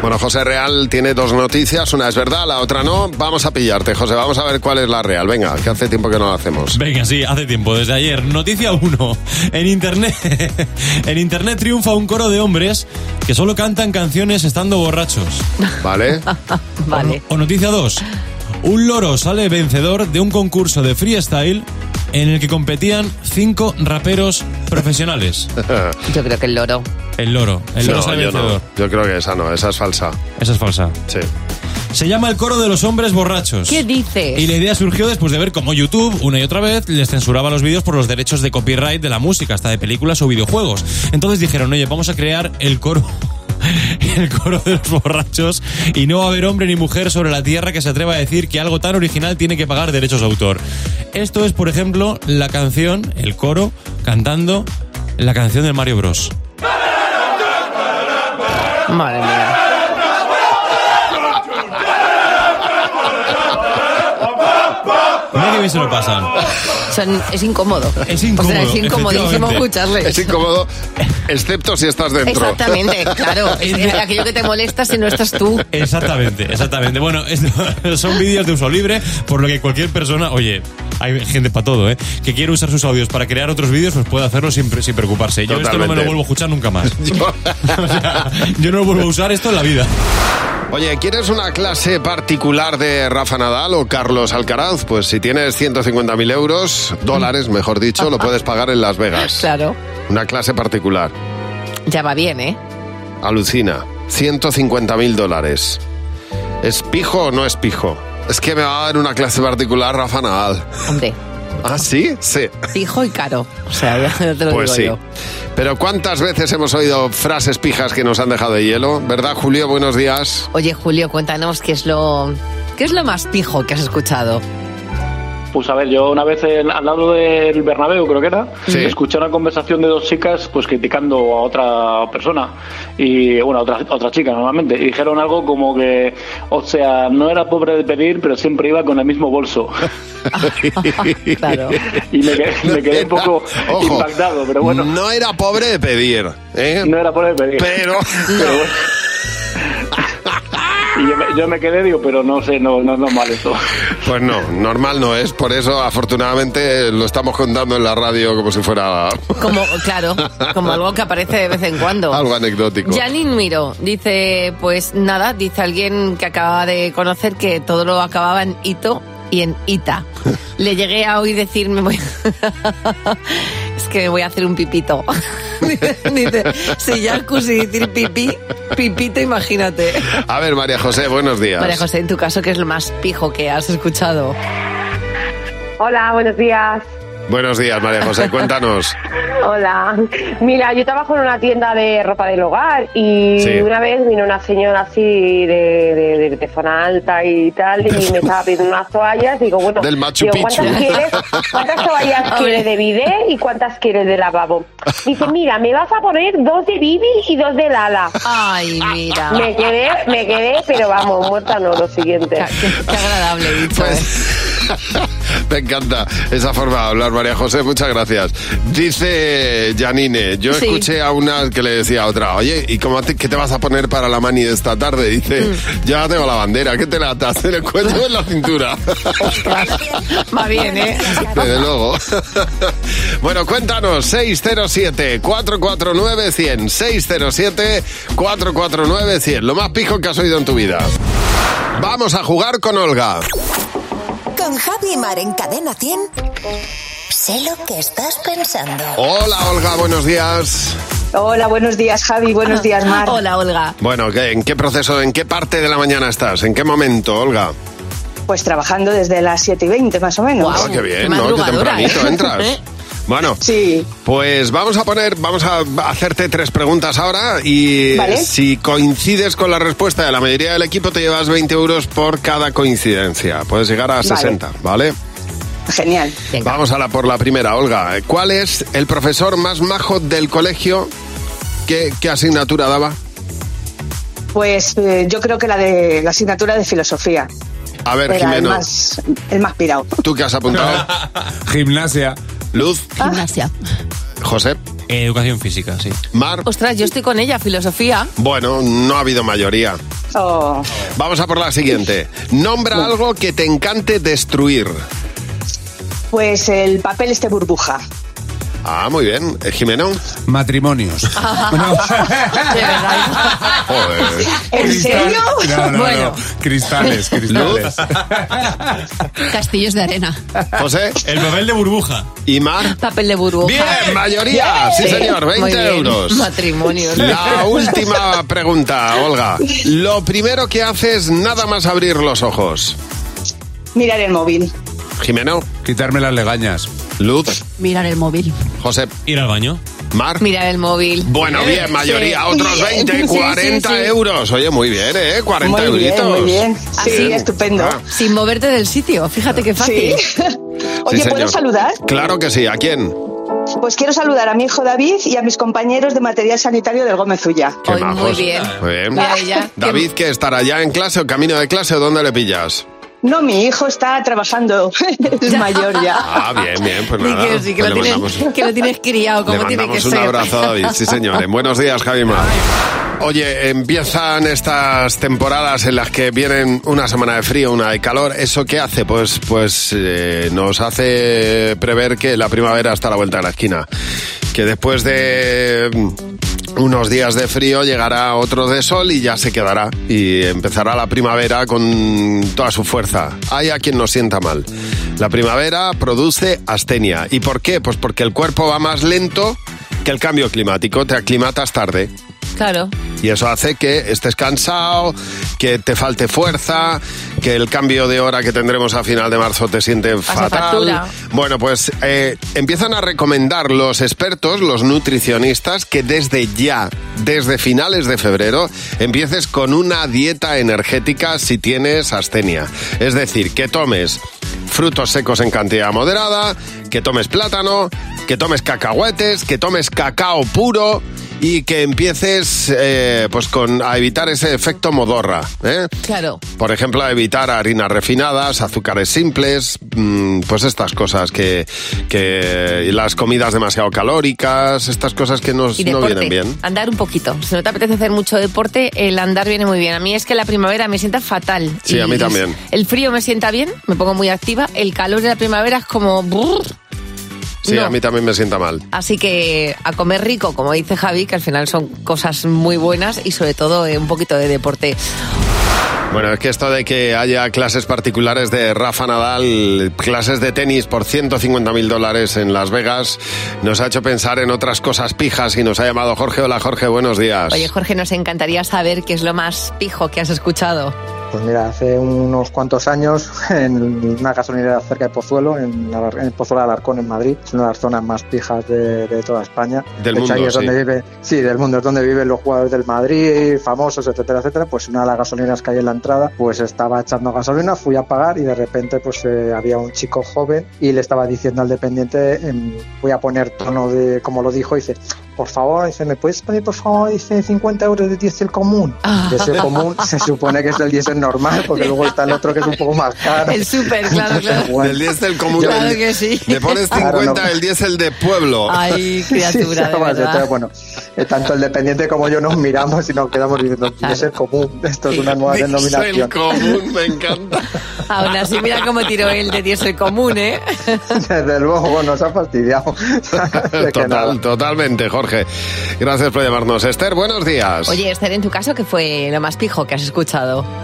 Speaker 3: Bueno, José Real tiene dos noticias, una es verdad, la otra no. Vamos a pillarte, José, vamos a ver cuál es la real. Venga, que hace tiempo que no lo hacemos.
Speaker 22: Venga, sí, hace tiempo, desde ayer. Noticia 1. En internet, en internet triunfa un coro de hombres que solo cantan canciones estando borrachos.
Speaker 3: Vale.
Speaker 4: Vale.
Speaker 22: O noticia 2. Un loro sale vencedor de un concurso de freestyle en el que competían cinco raperos profesionales.
Speaker 4: Yo creo que el loro.
Speaker 22: El loro. El loro
Speaker 3: No,
Speaker 22: sale
Speaker 3: yo, no.
Speaker 22: vencedor.
Speaker 3: Yo creo que esa no, esa es falsa.
Speaker 22: Esa es falsa.
Speaker 3: Sí.
Speaker 22: Se llama el coro de los hombres borrachos.
Speaker 4: ¿Qué dices?
Speaker 22: Y la idea surgió después de ver cómo YouTube, una y otra vez, les censuraba los vídeos por los derechos de copyright de la música, hasta de películas o videojuegos. Entonces dijeron, oye, vamos a crear el coro el coro de los borrachos y no va a haber hombre ni mujer sobre la tierra que se atreva a decir que algo tan original tiene que pagar derechos de autor. Esto es, por ejemplo, la canción, el coro, cantando la canción de Mario Bros.
Speaker 4: Madre mía.
Speaker 22: Mira que bien se lo pasan.
Speaker 4: Son- es incómodo.
Speaker 22: Es incómodo,
Speaker 4: O sea, es incomodísimo
Speaker 22: efectivamente.
Speaker 4: escucharle.
Speaker 3: Es incómodo, excepto si estás dentro.
Speaker 4: Exactamente, claro. Es de aquello que te molesta si no estás tú.
Speaker 22: Exactamente, exactamente. Bueno, esto- son vídeos de uso libre, por lo que cualquier persona, oye, hay gente para todo, ¿eh? Que quiere usar sus audios para crear otros vídeos, pues puede hacerlo sin, pre- sin preocuparse. Yo esto no me
Speaker 3: Totalmente.
Speaker 22: lo vuelvo a escuchar nunca más. O sea, yo no lo vuelvo a usar esto en la vida.
Speaker 3: Oye, ¿quieres una clase particular de Rafa Nadal o Carlos Alcaraz? Pues si tienes 150.000 euros, dólares mejor dicho, lo puedes pagar en Las Vegas.
Speaker 4: Claro.
Speaker 3: Una clase particular.
Speaker 4: Ya va bien, ¿eh?
Speaker 3: Alucina. 150.000 dólares. ¿Es pijo o no es pijo? Es que me va a dar una clase particular Rafa Nadal.
Speaker 4: Hombre.
Speaker 3: ¿Ah, sí? Sí.
Speaker 4: Fijo y caro. O sea, ya te lo digo
Speaker 3: pues sí.
Speaker 4: yo.
Speaker 3: Pero ¿cuántas veces hemos oído frases pijas que nos han dejado de hielo? ¿Verdad, Julio? Buenos días.
Speaker 4: Oye, Julio, cuéntanos qué es lo. ¿Qué es lo más pijo que has escuchado?
Speaker 2: Pues a ver, yo una vez en- al lado del Bernabéu, creo que era, escuché una conversación de dos chicas pues criticando a otra persona y bueno, a otra a otra chica normalmente y dijeron algo como que, o sea, no era pobre de pedir, pero siempre iba con el mismo bolso.
Speaker 3: Claro.
Speaker 2: Y me quedé, me quedé un poco
Speaker 3: Ojo,
Speaker 2: impactado, pero bueno.
Speaker 3: No era pobre de pedir, ¿eh?
Speaker 2: No era pobre de pedir.
Speaker 3: Pero,
Speaker 2: Pero bueno. Y yo me, yo me quedé, digo, pero no sé, no, no es normal esto.
Speaker 3: Pues no, normal no es. Por eso, afortunadamente, lo estamos contando en la radio como si fuera
Speaker 4: Como, claro, como algo que aparece de vez en cuando.
Speaker 3: algo anecdótico.
Speaker 4: Janine Miro dice, pues nada, dice alguien que acaba de conocer que todo lo acababa en hito y en ita. Le llegué a hoy decir, me voy... es que me voy a hacer un pipito. dice, si ya acusé decir pipí, pipito, imagínate.
Speaker 3: A ver, María José, buenos días.
Speaker 4: María José, en tu caso, ¿qué es lo más pijo que has escuchado?
Speaker 23: Hola, buenos días.
Speaker 3: Buenos días, María José, cuéntanos.
Speaker 23: Hola. Mira, yo trabajo en una tienda de ropa del hogar y
Speaker 3: Sí.
Speaker 23: una vez vino una señora así de, de- de- de zona alta y tal y me estaba pidiendo unas toallas. Digo, bueno,
Speaker 3: Del Machu
Speaker 23: digo,
Speaker 3: Picchu.
Speaker 23: ¿cuántas, quieres, ¿cuántas toallas quieres de bidé y cuántas quieres de lavabo? Dice, mira, me vas a poner dos de Bibi y dos de Lala.
Speaker 4: Ay, mira.
Speaker 23: Me quedé, me quedé, pero vamos, muerta no, lo siguiente.
Speaker 4: Qué agradable dicho.
Speaker 3: Pues, Me encanta esa forma de hablar, María José, muchas gracias. Dice Janine, yo
Speaker 24: Sí.
Speaker 3: escuché a una que le decía a otra, oye, ¿y cómo te, qué te vas a poner para la mani de esta tarde? Dice, ya tengo la bandera, ¿qué te la atas? En el cuello o en la cintura.
Speaker 4: Va bien, ¿eh?
Speaker 3: Desde luego. Bueno, cuéntanos, 607-449-100, 607-449-100, lo más pijo que has oído en tu vida. Vamos a jugar con Olga.
Speaker 15: Con Javi Mar en Cadena 100. Sé lo que estás pensando.
Speaker 3: Hola Olga, buenos días.
Speaker 15: Hola, buenos días Javi, buenos
Speaker 23: Ah,
Speaker 15: días Mar.
Speaker 4: Hola Olga.
Speaker 3: Bueno, ¿qué- ¿en qué proceso, en qué parte de la mañana estás? ¿En qué momento, Olga?
Speaker 15: Pues trabajando desde las 7 y 20 más o menos.
Speaker 3: Ah, qué bien, ¿no? Qué tempranito entras. Bueno,
Speaker 15: ¿eh? sí.
Speaker 3: pues vamos a poner, vamos a hacerte tres preguntas ahora y
Speaker 15: Vale.
Speaker 3: si coincides con la respuesta de la mayoría del equipo te llevas 20 euros por cada coincidencia. Puedes llegar a
Speaker 15: Vale.
Speaker 3: 60, ¿vale?
Speaker 15: Genial.
Speaker 3: Vamos a la por la primera, Olga. ¿Cuál es el profesor más majo del colegio? ¿Qué, qué asignatura daba?
Speaker 15: Pues eh, yo creo que la de la asignatura de filosofía.
Speaker 3: A ver,
Speaker 15: Era el
Speaker 3: Jimeno,
Speaker 15: más, el más pirado.
Speaker 3: ¿tú qué has apuntado?
Speaker 22: Gimnasia.
Speaker 3: Luz,
Speaker 15: Ah.
Speaker 4: Gimnasia.
Speaker 3: José.
Speaker 22: educación física, sí.
Speaker 3: Mar.
Speaker 4: Ostras, yo estoy con ella, filosofía.
Speaker 3: Bueno, no ha habido mayoría. Vamos a por la siguiente. Nombra algo que te encante destruir.
Speaker 15: Pues el papel este burbuja.
Speaker 3: Ah, muy bien. Eh, Jimeno.
Speaker 24: Matrimonios.
Speaker 3: Joder.
Speaker 15: ¿En serio?
Speaker 24: No, no,
Speaker 15: Bueno.
Speaker 24: no. Cristales, cristales.
Speaker 18: Castillos de arena.
Speaker 3: José.
Speaker 22: El papel de burbuja.
Speaker 3: Y Mar.
Speaker 4: Papel de burbuja.
Speaker 3: Bien, mayoría. Sí, señor, 20
Speaker 4: Muy bien.
Speaker 3: euros.
Speaker 4: Matrimonio.
Speaker 3: La última pregunta, Olga. Lo primero que haces nada más abrir los ojos.
Speaker 15: Mirar el móvil.
Speaker 3: Jimeno.
Speaker 24: Quitarme las legañas.
Speaker 3: Luz.
Speaker 18: Mirar el móvil.
Speaker 3: José.
Speaker 22: Ir al baño.
Speaker 3: Mar.
Speaker 4: Mirar el móvil.
Speaker 3: Bueno, bien, mayoría.
Speaker 4: Sí.
Speaker 3: Otros 20,
Speaker 4: Sí, sí, sí,
Speaker 3: 40
Speaker 4: sí.
Speaker 3: euros. Oye, muy bien, ¿eh? 40
Speaker 4: Muy bien,
Speaker 3: euritos.
Speaker 4: muy bien. Sí,
Speaker 3: estupendo.
Speaker 4: Sin moverte del sitio, fíjate qué fácil.
Speaker 1: Oye, ¿puedo saludar?
Speaker 3: Claro que sí. ¿A quién?
Speaker 1: Pues quiero saludar a mi hijo David y a mis compañeros de material sanitario del Gómez Ulla.
Speaker 3: Qué majos. Muy bien.
Speaker 1: Mira, ella.
Speaker 3: David, ¿qué estará ya en clase o camino de clase o dónde le pillas?
Speaker 1: No, mi hijo está trabajando, es mayor ya.
Speaker 3: Ah, bien, bien, pues
Speaker 4: Di
Speaker 3: nada.
Speaker 4: que sí, que,
Speaker 3: pues
Speaker 4: lo
Speaker 3: le mandamos-
Speaker 4: tienes, que lo tienes criado como
Speaker 3: Le
Speaker 4: tiene que
Speaker 3: mandamos un
Speaker 4: ser.
Speaker 3: abrazo a David, sí señores. Buenos días, Javi Mar. Oye, empiezan estas temporadas en las que vienen una semana de frío, una de calor. ¿Eso qué hace? Pues, pues eh, nos hace prever que la primavera está a la vuelta de la esquina. Que después de mm, unos días de frío llegará otro de sol y ya se quedará. Y empezará la primavera con toda su fuerza. Hay a quien nos sienta mal. La primavera produce astenia. ¿Y por qué? Pues porque el cuerpo va más lento que el cambio climático. Te aclimatas tarde.
Speaker 4: Claro.
Speaker 3: Y eso hace que estés cansado, que te falte fuerza, que el cambio de hora que tendremos a final de marzo te siente fatal.
Speaker 6: factura.
Speaker 3: Bueno, pues eh, empiezan a recomendar los expertos, los nutricionistas, que desde ya, desde finales de febrero, empieces con una dieta energética si tienes astenia. Es decir, que tomes frutos secos en cantidad moderada, que tomes plátano, que tomes cacahuetes, que tomes cacao puro y que empieces eh, pues con a evitar ese efecto modorra. ¿eh?
Speaker 4: Claro.
Speaker 3: Por ejemplo, evitar harinas refinadas, azúcares simples, mm, pues estas cosas que, que y las comidas demasiado calóricas, estas cosas que nos,
Speaker 4: Y
Speaker 3: no
Speaker 4: deporte.
Speaker 3: vienen bien.
Speaker 4: Andar un poquito. Si no te apetece hacer mucho deporte, el andar viene muy bien. A mí es que la primavera me sienta fatal.
Speaker 3: Sí, a mí también.
Speaker 4: El frío me sienta bien, me pongo muy activa. El calor de la primavera es como... brrr.
Speaker 3: Sí,
Speaker 4: No.
Speaker 3: a mí también me sienta mal.
Speaker 4: Así que a comer rico, como dice Javi, que al final son cosas muy buenas y sobre todo eh, un poquito de deporte.
Speaker 3: Bueno, es que esto de que haya clases particulares de Rafa Nadal, clases de tenis por 150 mil dólares en Las Vegas, nos ha hecho pensar en otras cosas pijas y nos ha llamado Jorge. Hola Jorge, buenos días.
Speaker 4: Oye, Jorge, nos encantaría saber qué es lo más pijo que has escuchado.
Speaker 7: Pues mira, hace unos cuantos años, en una gasolinera cerca de Pozuelo, en, Alar- en Pozuelo de Alarcón, en Madrid, es una de las zonas más pijas de, de toda España.
Speaker 3: Del
Speaker 7: De hecho, ahí
Speaker 3: mundo,
Speaker 7: es
Speaker 3: sí.
Speaker 7: donde vive, sí, del mundo, es donde viven los jugadores del Madrid, famosos, etcétera, etcétera. Pues una de las gasolineras que hay en la entrada, pues estaba echando gasolina, fui a pagar y de repente pues eh, había un chico joven y le estaba diciendo al dependiente, em, voy a poner tono de, como lo dijo, dice, por favor, dice, ¿me puedes pedir por favor, dice, 50 euros de diésel común? De ese común se supone que es el diésel normal, porque luego está el otro que es un poco más caro.
Speaker 4: El súper, claro, claro.
Speaker 3: Del diésel común.
Speaker 7: Claro
Speaker 3: del-
Speaker 7: que sí.
Speaker 3: Le pones 50
Speaker 7: Claro, no. Ah,
Speaker 3: el diésel de pueblo.
Speaker 7: Sí, sí, vamos, entonces, bueno, eh, tanto el dependiente como yo nos miramos y nos quedamos diciendo, diésel común, esto es una nueva
Speaker 3: Diésel
Speaker 7: denominación.
Speaker 3: común, me encanta.
Speaker 4: Aún así, mira cómo tiró él de diésel común, ¿eh?
Speaker 7: Desde luego, nos ha fastidiado. De que nada.
Speaker 3: Total, totalmente, Jorge. Gracias por llamarnos. Esther, buenos días.
Speaker 4: Oye, Esther, en tu caso, ¿qué fue lo más pijo que has escuchado?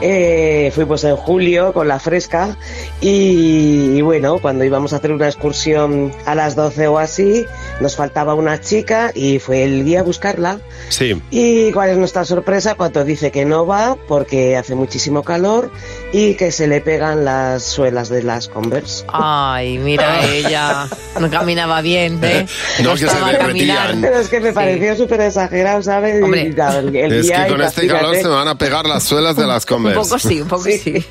Speaker 8: Eh, fuimos en julio con la fresca y, y bueno, cuando íbamos a hacer una excursión a las 12 o así, nos faltaba una chica y fue el guía a buscarla.
Speaker 3: Sí.
Speaker 8: Y cuál es nuestra sorpresa cuando dice que no va porque hace muchísimo calor y que se le pegan las suelas de las Converse.
Speaker 4: Ay, mira ella. No caminaba bien, ¿eh?
Speaker 8: No, que se
Speaker 4: Costaba
Speaker 8: derretían.
Speaker 4: caminar.
Speaker 8: Pero es que me pareció súper exagerado, ¿sabes? Y
Speaker 4: Hombre.
Speaker 8: nada, el- el
Speaker 3: es
Speaker 8: guía
Speaker 3: que
Speaker 8: y
Speaker 3: con este calor
Speaker 8: imagínate.
Speaker 3: se me van a pegar las suelas de las
Speaker 8: Un
Speaker 24: Pues.
Speaker 3: Converse.
Speaker 8: poco sí,
Speaker 4: un poco sí.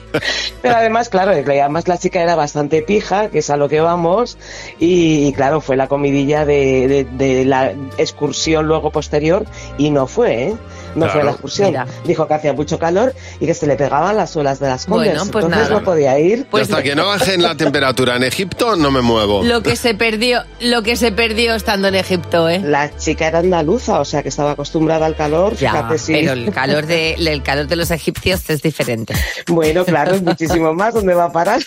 Speaker 8: Pero además, claro, y además la chica era bastante pija, que es a lo que vamos, y, y claro, fue la comidilla de, de- de la excursión luego posterior, y no fue, ¿eh? No
Speaker 4: Claro.
Speaker 8: fue la excursión.
Speaker 4: Mira.
Speaker 8: Dijo que hacía mucho calor y que se le pegaban las suelas de las
Speaker 4: Bueno,
Speaker 8: Converse.
Speaker 4: pues
Speaker 8: Entonces
Speaker 4: nada.
Speaker 8: no podía ir.
Speaker 3: Y Hasta que no bajen la temperatura en Egipto, no me muevo.
Speaker 4: Lo que se perdió, lo que se perdió estando en Egipto, ¿eh?
Speaker 8: La chica era andaluza, o sea que estaba acostumbrada al calor. fíjate si-
Speaker 4: Pero el calor de el calor de los egipcios es diferente.
Speaker 8: Bueno, claro, es muchísimo más. ¿Dónde va a parar?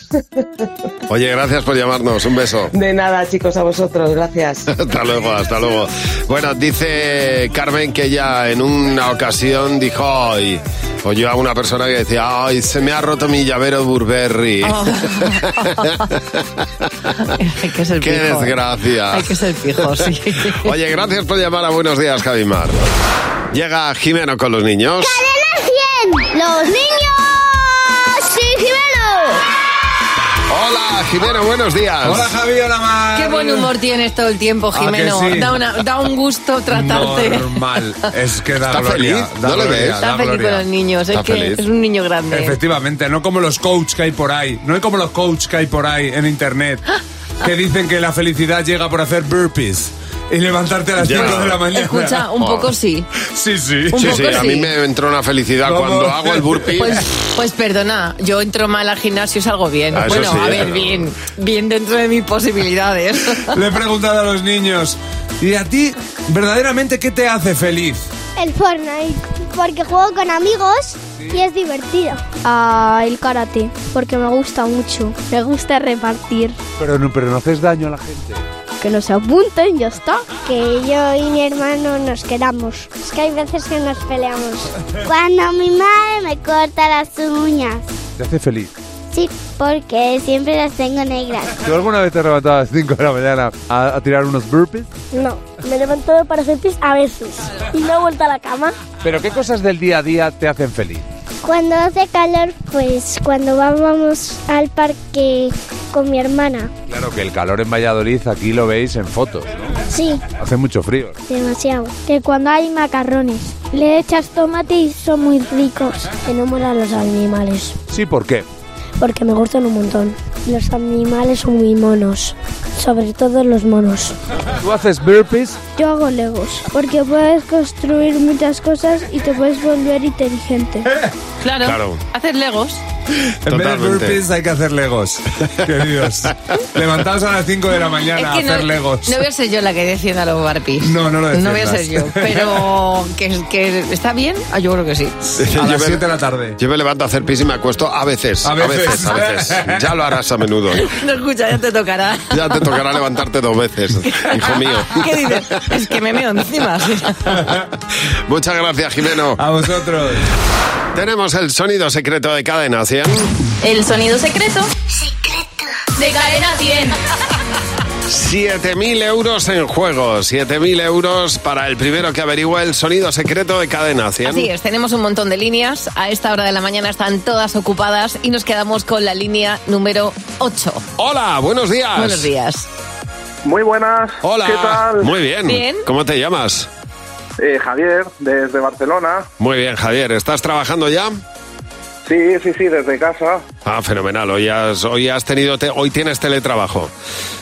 Speaker 3: Oye, gracias por llamarnos. Un beso.
Speaker 8: De nada, chicos, a vosotros. Gracias.
Speaker 3: Hasta luego, hasta luego. Bueno, dice Carmen que ya en una ocasión dijo, ay, oyó a una persona que decía, ay, se me ha roto mi llavero Burberry.
Speaker 4: Oh. Hay que ser
Speaker 3: Qué
Speaker 4: fijo.
Speaker 3: desgracia.
Speaker 4: Hay que ser fijo, sí.
Speaker 3: Oye, gracias por llamar a Buenos Días, Javimar. Llega Jimeno con los niños.
Speaker 25: ¡Cadena 100! ¡Los niños! ¡Sí, Jimeno!
Speaker 3: Hola, Jimeno, buenos días.
Speaker 5: Hola, Javi, hola, Mar.
Speaker 4: Qué buen humor tienes todo el tiempo,
Speaker 24: ¿A Ah, que
Speaker 4: Jimeno.
Speaker 24: sí?
Speaker 4: da, una- da un gusto tratarte.
Speaker 24: Normal. Es que da
Speaker 3: Está
Speaker 24: gloria.
Speaker 3: feliz,
Speaker 24: da
Speaker 3: ¿no le
Speaker 24: gloria,
Speaker 3: ves?
Speaker 24: da
Speaker 4: Está feliz
Speaker 24: gloria.
Speaker 4: con los niños. Es
Speaker 24: Está
Speaker 4: que
Speaker 24: feliz.
Speaker 4: es un niño grande.
Speaker 24: Efectivamente, no como los coach que hay por ahí. No hay como los coach que hay por ahí en internet que dicen que la felicidad llega por hacer burpees y levantarte a las
Speaker 3: Ya.
Speaker 24: 5 de la mañana.
Speaker 4: Escucha, un poco sí.
Speaker 24: Sí, sí.
Speaker 4: Un
Speaker 3: sí,
Speaker 4: poco
Speaker 3: sí, a
Speaker 4: sí.
Speaker 3: mí me entró una felicidad
Speaker 24: Vamos.
Speaker 3: cuando hago el burpee.
Speaker 4: Pues, pues perdona, yo entro mal al gimnasio y salgo bien.
Speaker 24: Ah, eso
Speaker 4: bueno,
Speaker 24: sí,
Speaker 4: a ver,
Speaker 24: pero-
Speaker 4: bien. Bien dentro de mis posibilidades.
Speaker 24: Le he preguntado a los niños, ¿y a ti verdaderamente qué te hace feliz?
Speaker 6: El Fortnite, porque juego con amigos y es divertido. Ah, el karate, porque me gusta mucho. Me gusta repartir.
Speaker 24: Pero no, pero no haces daño a la gente.
Speaker 6: Que nos apunten, ya está. Que yo y mi hermano nos quedamos. Es que hay veces que nos peleamos. Cuando mi madre me corta las uñas.
Speaker 24: Te hace feliz.
Speaker 6: Sí, porque siempre las tengo negras.
Speaker 24: ¿Tú alguna vez te has levantado a las 5 de la mañana a, a tirar unos burpees?
Speaker 6: No, me levanto para hacer pis a veces. Y no he vuelto a la cama.
Speaker 24: ¿Pero qué cosas del día a día te hacen feliz?
Speaker 6: Cuando hace calor, pues cuando vamos al parque con mi hermana.
Speaker 24: Claro que el calor en Valladolid aquí lo veis en fotos. ¿no?
Speaker 6: Sí,
Speaker 24: Hace mucho frío.
Speaker 6: demasiado. Que cuando hay macarrones, le echas tomate y son muy ricos. Enamora a los animales,
Speaker 24: Sí, ¿por qué?
Speaker 6: porque me gustan un montón. Los animales son muy monos, sobre todo los monos.
Speaker 24: ¿Tú haces burpees?
Speaker 6: Yo hago legos, porque puedes construir muchas cosas y te puedes volver inteligente.
Speaker 4: Claro.
Speaker 24: Claro.
Speaker 4: Haces legos.
Speaker 24: En vez de
Speaker 3: Totalmente.
Speaker 24: burpees hay que hacer legos. Queridos. Levantaos a las 5 de la mañana a hacer
Speaker 4: no,
Speaker 24: legos.
Speaker 4: no voy a ser yo la que defienda los barpis.
Speaker 24: No, no lo
Speaker 4: No voy a
Speaker 24: defiendas.
Speaker 4: ser yo. Pero que, que está bien, Ah, yo creo que sí.
Speaker 3: Yo me-
Speaker 24: de la tarde.
Speaker 3: Yo me levanto a hacer pis y me acuesto a veces.
Speaker 24: A
Speaker 3: A
Speaker 24: veces.
Speaker 3: veces, a veces. Ya lo harás a menudo.
Speaker 4: No escucha, ya te tocará.
Speaker 3: Ya te tocará levantarte dos veces, hijo mío.
Speaker 4: ¿Qué dices? Es que me meo encima.
Speaker 3: Muchas gracias, Jimeno.
Speaker 24: A vosotros.
Speaker 3: Tenemos el sonido secreto de cadena, ¿sí?
Speaker 9: El sonido secreto. De cadena 100.
Speaker 3: 7.000 euros en juego. 7.000 euros para el primero que averigüe el sonido secreto de cadena, ¿sí?
Speaker 4: Así es, tenemos un montón de líneas. A esta hora de la mañana están todas ocupadas y nos quedamos con la línea número 8.
Speaker 3: Hola, buenos días.
Speaker 4: Buenos días.
Speaker 10: Muy buenas.
Speaker 3: Hola.
Speaker 10: ¿Qué tal?
Speaker 3: Muy bien.
Speaker 10: Bien.
Speaker 3: ¿Cómo te llamas?
Speaker 10: Eh, Javier, desde Barcelona.
Speaker 3: Muy bien, Javier. ¿Estás trabajando ya?
Speaker 10: Sí, sí, sí, desde casa.
Speaker 3: Ah, fenomenal. Hoy has, hoy has tenido, te- hoy tienes teletrabajo.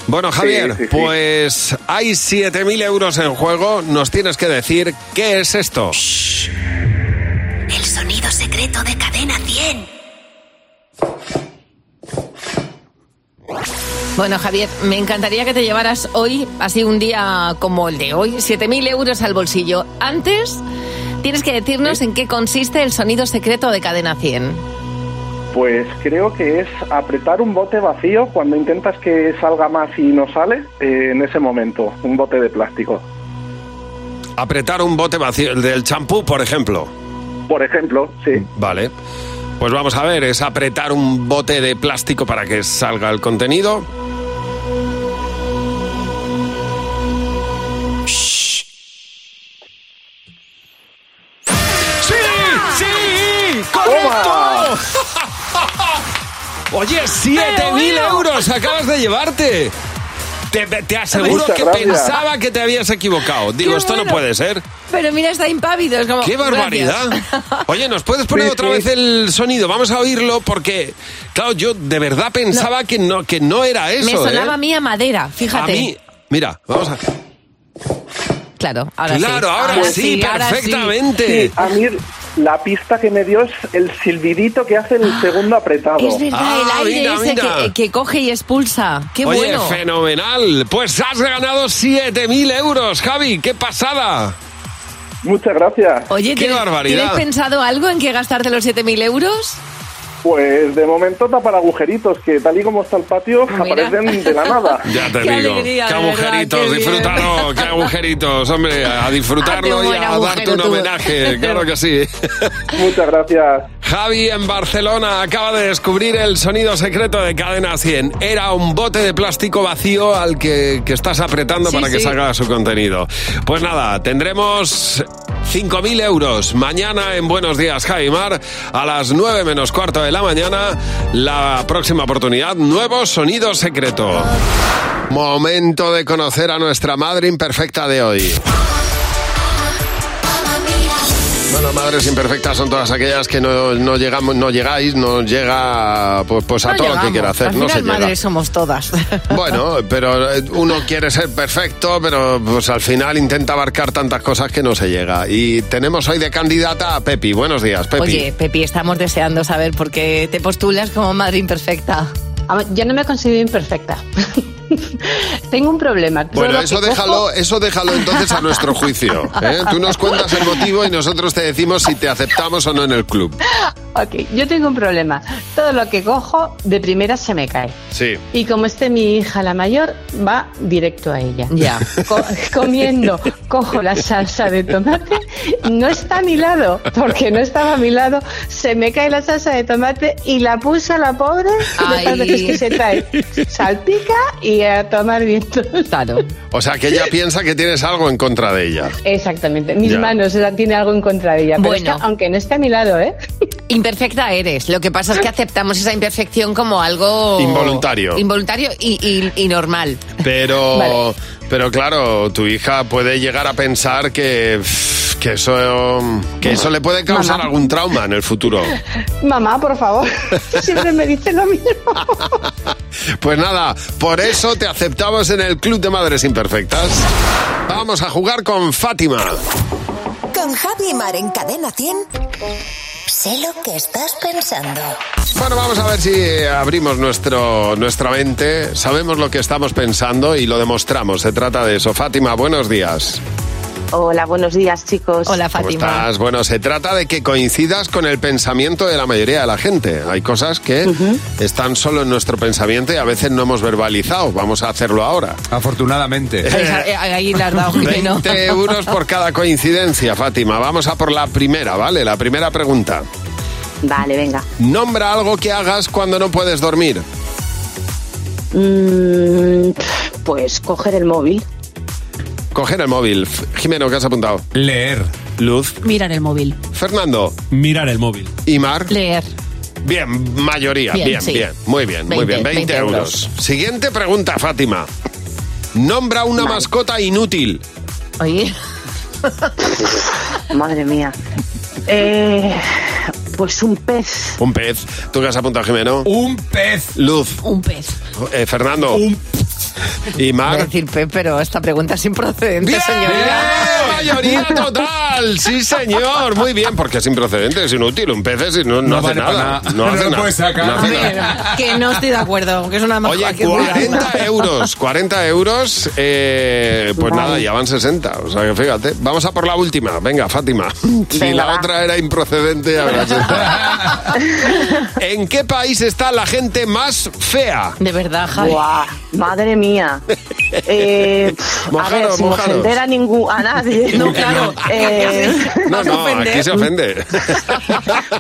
Speaker 3: Bueno, Javier,
Speaker 10: Sí, sí, sí.
Speaker 3: pues hay 7.000 euros en juego. Nos tienes que decir qué es esto.
Speaker 9: El sonido secreto de cadena 100.
Speaker 4: Bueno, Javier, me encantaría que te llevaras hoy, así un día como el de hoy, 7.000 euros al bolsillo. Antes, tienes que decirnos en qué consiste el sonido secreto de cadena 100.
Speaker 10: Pues creo que es apretar un bote vacío cuando intentas que salga más y no sale eh, en ese momento. Un bote de plástico.
Speaker 3: Apretar un bote vacío, el del champú, por ejemplo.
Speaker 10: Por ejemplo, sí.
Speaker 3: Vale. Pues vamos a ver, es apretar un bote de plástico para que salga el contenido.
Speaker 11: ¡Sí! ¡Sí! ¡Correcto!
Speaker 3: Oye, 7.000 euros acabas de llevarte. Te, te aseguro
Speaker 10: Muchas
Speaker 3: que
Speaker 10: gracias.
Speaker 3: pensaba que te habías equivocado. Digo,
Speaker 4: Qué
Speaker 3: esto no
Speaker 4: bueno.
Speaker 3: puede ser.
Speaker 4: Pero mira, está impávido. es como,
Speaker 3: ¡Qué barbaridad!
Speaker 4: gracias.
Speaker 3: Oye, ¿nos puedes poner
Speaker 4: Sí,
Speaker 3: otra
Speaker 4: sí.
Speaker 3: vez el sonido? Vamos a oírlo porque, claro, yo de verdad pensaba que, no, que no era eso.
Speaker 4: me sonaba
Speaker 3: ¿eh?
Speaker 4: a mí a madera,
Speaker 3: a
Speaker 4: fíjate.
Speaker 3: mí. Mira, vamos a...
Speaker 4: Claro, ahora sí.
Speaker 3: Claro, ahora sí,
Speaker 4: ahora sí. ah,
Speaker 3: perfectamente.
Speaker 10: Sí, a mí la pista que me dio es el silbidito que hace el segundo apretado.
Speaker 4: Es verdad, el aire
Speaker 10: mira,
Speaker 4: ese
Speaker 10: mira.
Speaker 4: Que, que coge y expulsa. ¡Qué
Speaker 3: Ah, Oye,
Speaker 4: bueno!
Speaker 3: fenomenal. Pues has ganado 7.000 euros, Javi. ¡Qué pasada!
Speaker 10: Muchas gracias.
Speaker 4: Oye,
Speaker 3: ¡Qué
Speaker 4: ¿tienes-
Speaker 3: barbaridad!
Speaker 4: ¿tienes pensado algo en qué gastarte los 7.000 euros?
Speaker 10: Pues de momento está para agujeritos que tal y como está el patio aparecen de la nada.
Speaker 3: Ah, Ya te
Speaker 10: Qué
Speaker 3: digo,
Speaker 10: alegría,
Speaker 3: qué
Speaker 10: de verdad,
Speaker 3: agujeritos,
Speaker 10: qué bien.
Speaker 3: disfrútalo, qué agujeritos, hombre, a
Speaker 10: Hazte
Speaker 3: disfrutarlo
Speaker 10: un
Speaker 3: y
Speaker 10: buen
Speaker 3: a
Speaker 10: agujero
Speaker 3: darte un
Speaker 10: tú.
Speaker 3: homenaje, claro que sí.
Speaker 10: Muchas gracias.
Speaker 3: Javi en Barcelona acaba de descubrir el sonido secreto de Cadena 100. Era un bote de plástico vacío al que, que estás apretando
Speaker 25: Sí,
Speaker 3: para que
Speaker 25: sí.
Speaker 3: salga su contenido. Pues nada, tendremos 5.000 euros. Mañana en Buenos Días, Jaimar, a las 9 menos cuarto de la mañana, la próxima oportunidad, nuevo sonido secreto. Momento de conocer a nuestra madre imperfecta de hoy. Bueno, madres imperfectas son todas aquellas que no, no llegamos, no llegáis, no llega pues, pues a
Speaker 4: No
Speaker 3: todo lo
Speaker 4: llegamos.
Speaker 3: que quiera hacer.
Speaker 4: Al
Speaker 3: no
Speaker 4: final,
Speaker 3: se llega.
Speaker 4: madres somos todas.
Speaker 3: Bueno, pero eh, uno quiere ser perfecto, pero pues al final intenta abarcar tantas cosas que no se llega. Y tenemos hoy de candidata a Pepi. Buenos días, Pepi.
Speaker 4: Oye, Pepi, estamos deseando saber por qué te postulas como madre imperfecta.
Speaker 12: Yo no me considero imperfecta. Tengo un problema. Todo
Speaker 3: bueno,
Speaker 12: lo
Speaker 3: eso
Speaker 12: que
Speaker 3: déjalo,
Speaker 12: cojo-
Speaker 3: eso déjalo entonces a nuestro juicio. ¿eh? Tú nos cuentas el motivo y nosotros te decimos si te aceptamos o no en el club.
Speaker 12: Ok, yo tengo un problema. Todo lo que cojo de primera se me cae.
Speaker 3: Sí.
Speaker 12: Y como esté mi hija la mayor, va directo a ella.
Speaker 4: Ya.
Speaker 12: Co- comiendo, cojo la salsa de tomate, no está a mi lado, porque no estaba a mi lado, se me cae la salsa de tomate y la puso la pobre,
Speaker 4: Ay.
Speaker 12: de tanto que es que se trae, salpica y a tomar viento.
Speaker 4: Claro.
Speaker 3: O sea, que ella piensa que tienes algo en contra de ella.
Speaker 12: Exactamente, mis
Speaker 3: Ya.
Speaker 12: manos o sea, tiene algo en contra de ella. Pero
Speaker 4: Bueno.
Speaker 12: es que, aunque no esté a mi lado, ¿eh?
Speaker 4: Imperfecta eres. Lo que pasa es que aceptamos esa imperfección como algo.
Speaker 3: Involuntario.
Speaker 4: Involuntario y, y- y normal.
Speaker 3: Pues, Pero,
Speaker 4: Vale.
Speaker 3: pero claro, tu hija puede llegar a pensar que, pff, que eso, que eso le puede causar algún trauma en el futuro.
Speaker 12: Mamá, por favor, siempre me dice lo mismo.
Speaker 3: Pues nada, por eso te aceptamos en el Club de Madres Imperfectas. Vamos a jugar con Fátima.
Speaker 15: Con Javi y Mar en Cadena 100. Sé lo que estás pensando.
Speaker 3: Bueno, vamos a ver si abrimos nuestro, nuestra mente, sabemos lo que estamos pensando y lo demostramos. Se trata de eso. Fátima, buenos días.
Speaker 13: Hola, buenos días, chicos.
Speaker 4: Hola,
Speaker 3: ¿Cómo estás? Bueno, se trata de que coincidas con el pensamiento de la mayoría de la gente. Hay cosas que están solo en nuestro pensamiento y a veces no hemos verbalizado. Vamos a hacerlo ahora.
Speaker 24: Afortunadamente.
Speaker 4: Ahí le has dado que no.
Speaker 3: 20 euros por cada coincidencia, Fátima. Vamos a por la primera, ¿vale? La primera pregunta.
Speaker 13: Vale, venga.
Speaker 3: Nombra algo que hagas cuando no puedes dormir.
Speaker 13: Mm, pues coger el móvil.
Speaker 3: Coger el móvil. F- Jimeno, ¿qué has apuntado? Leer. Luz.
Speaker 18: Mirar el móvil.
Speaker 3: Fernando. Mirar el móvil. Y Mar.
Speaker 18: Leer.
Speaker 3: Bien, mayoría. Bien,
Speaker 18: Bien,
Speaker 3: bien.
Speaker 18: sí.
Speaker 3: Muy bien, muy
Speaker 18: 20,
Speaker 3: bien. 20,
Speaker 18: 20
Speaker 3: euros. Siguiente pregunta, Fátima. Nombra una mascota inútil.
Speaker 4: Oye.
Speaker 13: Madre mía. Eh, pues un pez.
Speaker 3: Un pez. ¿Tú qué has apuntado, Jimeno? Un pez. Luz.
Speaker 4: Un pez.
Speaker 3: Eh, Fernando. Y
Speaker 4: Voy a
Speaker 3: Mar.
Speaker 4: decir, Pepe, pero esta pregunta es improcedente, señorita.
Speaker 3: Mayoría total, sí señor, muy bien, porque es improcedente, es inútil, un pez es- no, no
Speaker 24: No
Speaker 3: hace
Speaker 24: vale para
Speaker 3: nada,
Speaker 24: nada.
Speaker 3: no
Speaker 24: No
Speaker 3: hace
Speaker 24: lo
Speaker 3: nada,
Speaker 24: puedes sacar.
Speaker 3: no hace nada.
Speaker 4: Que no estoy de acuerdo, que es una
Speaker 3: Oye, 40 euros, 40 euros, eh, pues
Speaker 4: Vale.
Speaker 3: nada, ya van 60. O sea que fíjate, vamos a por la última. Venga, Fátima. Si
Speaker 13: Venga,
Speaker 3: la
Speaker 13: va.
Speaker 3: otra era improcedente, ahora sí. ¿En qué país está la gente más fea?
Speaker 4: De verdad,
Speaker 13: Javi. Buah, madre mía. Eh, pf, a ver,
Speaker 3: Mojaros,
Speaker 13: sin
Speaker 3: mojaros.
Speaker 13: ofender a, ningún, a nadie.
Speaker 3: No, claro.
Speaker 13: Eh,
Speaker 3: No, no, aquí se ofende.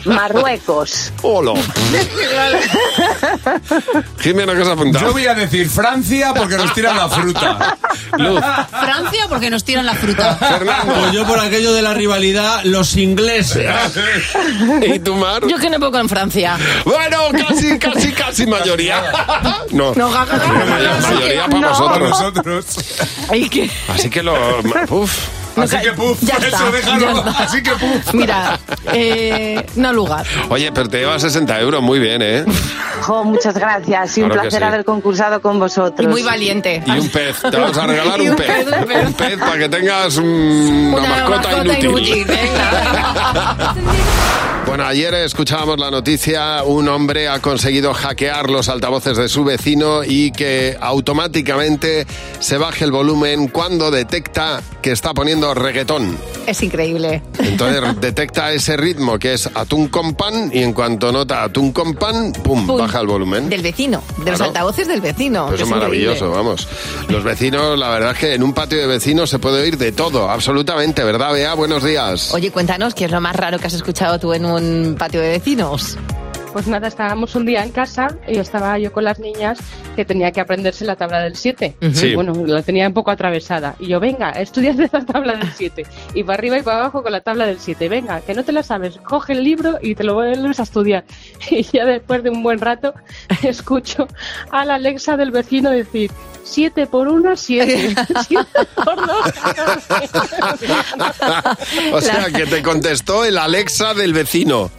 Speaker 13: Marruecos.
Speaker 3: Olo. Jimena, ¿qué has apuntado?
Speaker 24: Yo voy a decir Francia porque nos tiran la fruta.
Speaker 18: Francia porque nos tiran la fruta.
Speaker 5: Pues yo por aquello de la rivalidad, los ingleses.
Speaker 3: ¿Y tu mar?
Speaker 4: Yo que no puedo en Francia.
Speaker 3: Bueno, casi, casi, casi mayoría. No.
Speaker 4: No, ja, ja, ja,
Speaker 3: La mayor-
Speaker 4: no,
Speaker 3: mayoría
Speaker 4: sí,
Speaker 3: para
Speaker 4: no.
Speaker 3: vosotros. ¿eh?
Speaker 4: Ay, que...
Speaker 3: Así que lo. Uf.
Speaker 4: Así que puf, ya
Speaker 24: eso,
Speaker 4: está,
Speaker 24: déjalo,
Speaker 4: ya está.
Speaker 24: así que puf.
Speaker 4: Mira, eh, no lugar.
Speaker 3: Oye, pero te llevas 60 euros, muy bien, ¿eh?
Speaker 13: Jo, Oh, muchas gracias. Y un
Speaker 3: Claro que
Speaker 13: placer
Speaker 3: sí.
Speaker 13: haber concursado con vosotros.
Speaker 4: Y muy valiente.
Speaker 3: Y un pez, te vamos a regalar un pez. Un pez para que tengas un- una, mascota, inútil. Bueno, ayer escuchábamos la noticia, un hombre ha conseguido hackear los altavoces de su vecino y que automáticamente se baje el volumen cuando detecta que está poniendo reggaetón.
Speaker 4: Es increíble.
Speaker 3: Entonces detecta ese ritmo que es atún con pan y en cuanto nota atún con pan, pum,
Speaker 4: Pum.
Speaker 3: baja el volumen.
Speaker 4: Del vecino, de los
Speaker 3: Claro.
Speaker 4: altavoces del
Speaker 17: Ah,
Speaker 4: vecino.
Speaker 3: Pues
Speaker 4: que
Speaker 3: Eso es
Speaker 4: increíble.
Speaker 3: maravilloso, vamos. Los vecinos, la verdad es que en un patio de vecinos se puede oír de todo, absolutamente, ¿verdad, Bea? Buenos días.
Speaker 4: Oye, cuéntanos qué es lo más raro que has escuchado tú en un patio de vecinos.
Speaker 14: Pues nada, estábamos un día en casa y estaba yo con las niñas que tenía que aprenderse la tabla del 7.
Speaker 3: Mm.
Speaker 16: Ujú. Sí.
Speaker 14: Bueno, la tenía un poco atravesada. Y yo, venga, estudiate la tabla del 7. Y para arriba y para abajo con la tabla del 7. Venga, que no te la sabes. Coge el libro y te lo vuelves a estudiar. Y ya después de un buen rato escucho a la Alexa del vecino decir... 7 por 1, 7.
Speaker 3: O sea, que te contestó el Alexa del vecino.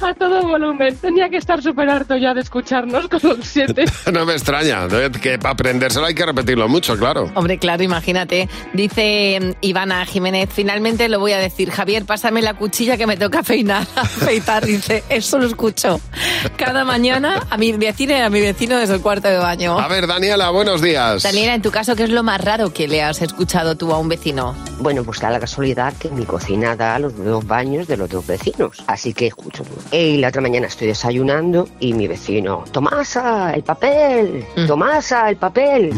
Speaker 14: a todo volumen. Tenía que estar súper harto ya de escucharnos con los 7.
Speaker 3: No me extraña, ¿no? que para aprendérselo hay que repetirlo mucho, claro.
Speaker 4: Hombre, claro, imagínate. Dice mm, Ivana Jiménez, finalmente lo voy a decir. Javier, pásame la cuchilla que me toca peinar, afeitar. Dice, eso lo escucho. Cada mañana a mi vecina y a mi vecino desde el cuarto de baño.
Speaker 3: A ver, Daniela, buenos días.
Speaker 4: Daniela, en tu caso, ¿qué es lo más raro que le has escuchado tú a un vecino?
Speaker 17: Bueno, pues da la casualidad que mi cocina da a los dos baños de los dos vecinos. Así que escucho. Eh, Y la otra mañana estoy desayunando y mi vecino, Tomasa, el papel,
Speaker 4: Mm.
Speaker 17: Tomasa, el papel.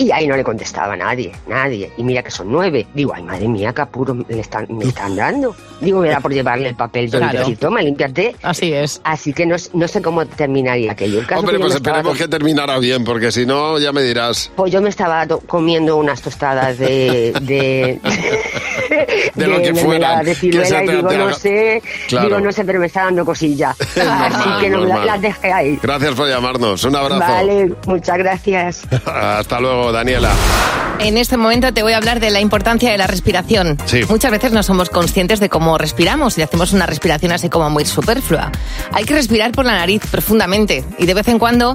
Speaker 17: Y ahí no le contestaba nadie, nadie. Y mira que son nueve. Digo, ay, madre mía, qué apuro me están, me están dando. Digo, me da por llevarle el papel. Yo le
Speaker 4: Claro.
Speaker 17: decir, toma, límpiate. Así es. Así que no, no sé cómo terminaría aquello. El caso
Speaker 3: Hombre,
Speaker 17: que yo
Speaker 3: pues
Speaker 17: me estaba
Speaker 3: esperemos que terminara bien, porque si no, ya me dirás.
Speaker 17: pues yo me estaba to- comiendo unas tostadas de. de
Speaker 3: De lo que
Speaker 17: mermelada
Speaker 3: fueran,
Speaker 17: De
Speaker 3: que se
Speaker 17: ciruela, y
Speaker 3: te-
Speaker 17: digo,
Speaker 3: te
Speaker 17: no
Speaker 3: haga-
Speaker 17: sé,
Speaker 3: Claro.
Speaker 17: digo, no sé, pero me está dando cosilla. Así
Speaker 3: normal,
Speaker 17: que no, la-
Speaker 3: normal.
Speaker 17: las dejé ahí.
Speaker 3: Gracias por llamarnos. Un abrazo.
Speaker 17: Vale, muchas gracias.
Speaker 3: Hasta luego, Daniela.
Speaker 4: En este momento te voy a hablar de la importancia de la respiración.
Speaker 3: Sí.
Speaker 4: Muchas veces no somos conscientes de cómo respiramos y hacemos una respiración así como muy superflua. Hay que respirar por la nariz profundamente y de vez en cuando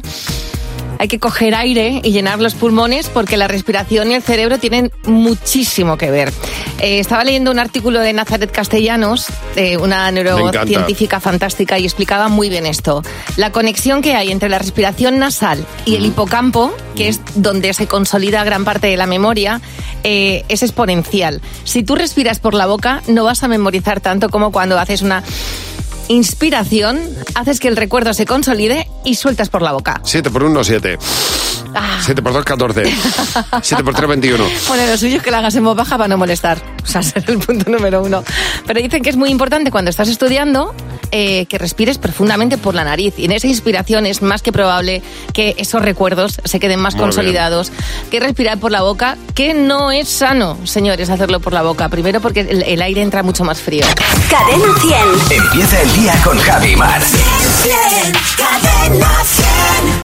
Speaker 4: hay que coger aire y llenar los pulmones porque la respiración y el cerebro tienen muchísimo que ver. Eh, estaba leyendo un artículo de Nazaret Castellanos, eh, una
Speaker 19: encanta.
Speaker 4: neurocientífica fantástica, y explicaba muy bien esto. La conexión que hay entre la respiración nasal y el hipocampo, que es donde se consolida gran parte de la memoria, eh, es exponencial. Si tú respiras por la boca, no vas a memorizar tanto como cuando haces una... Inspiración, haces que el recuerdo se consolide y sueltas por la boca.
Speaker 3: 7 por 1, 7. 7 por 2, 14. 7 por 3, 21.
Speaker 4: Bueno, lo suyo es que la hagas en voz baja para no molestar. O sea, ese es el punto número uno. Pero dicen que es muy importante cuando estás estudiando eh, que respires profundamente por la nariz. Y en esa inspiración es más que probable que esos recuerdos se queden más
Speaker 25: Muy bien.
Speaker 4: consolidados. Que respirar por la boca, que no es sano, señores, hacerlo por la boca. Primero porque el, el aire entra mucho más frío.
Speaker 9: Cadena 100.
Speaker 26: Empieza el día con Javi Mar.
Speaker 9: Cadena 100.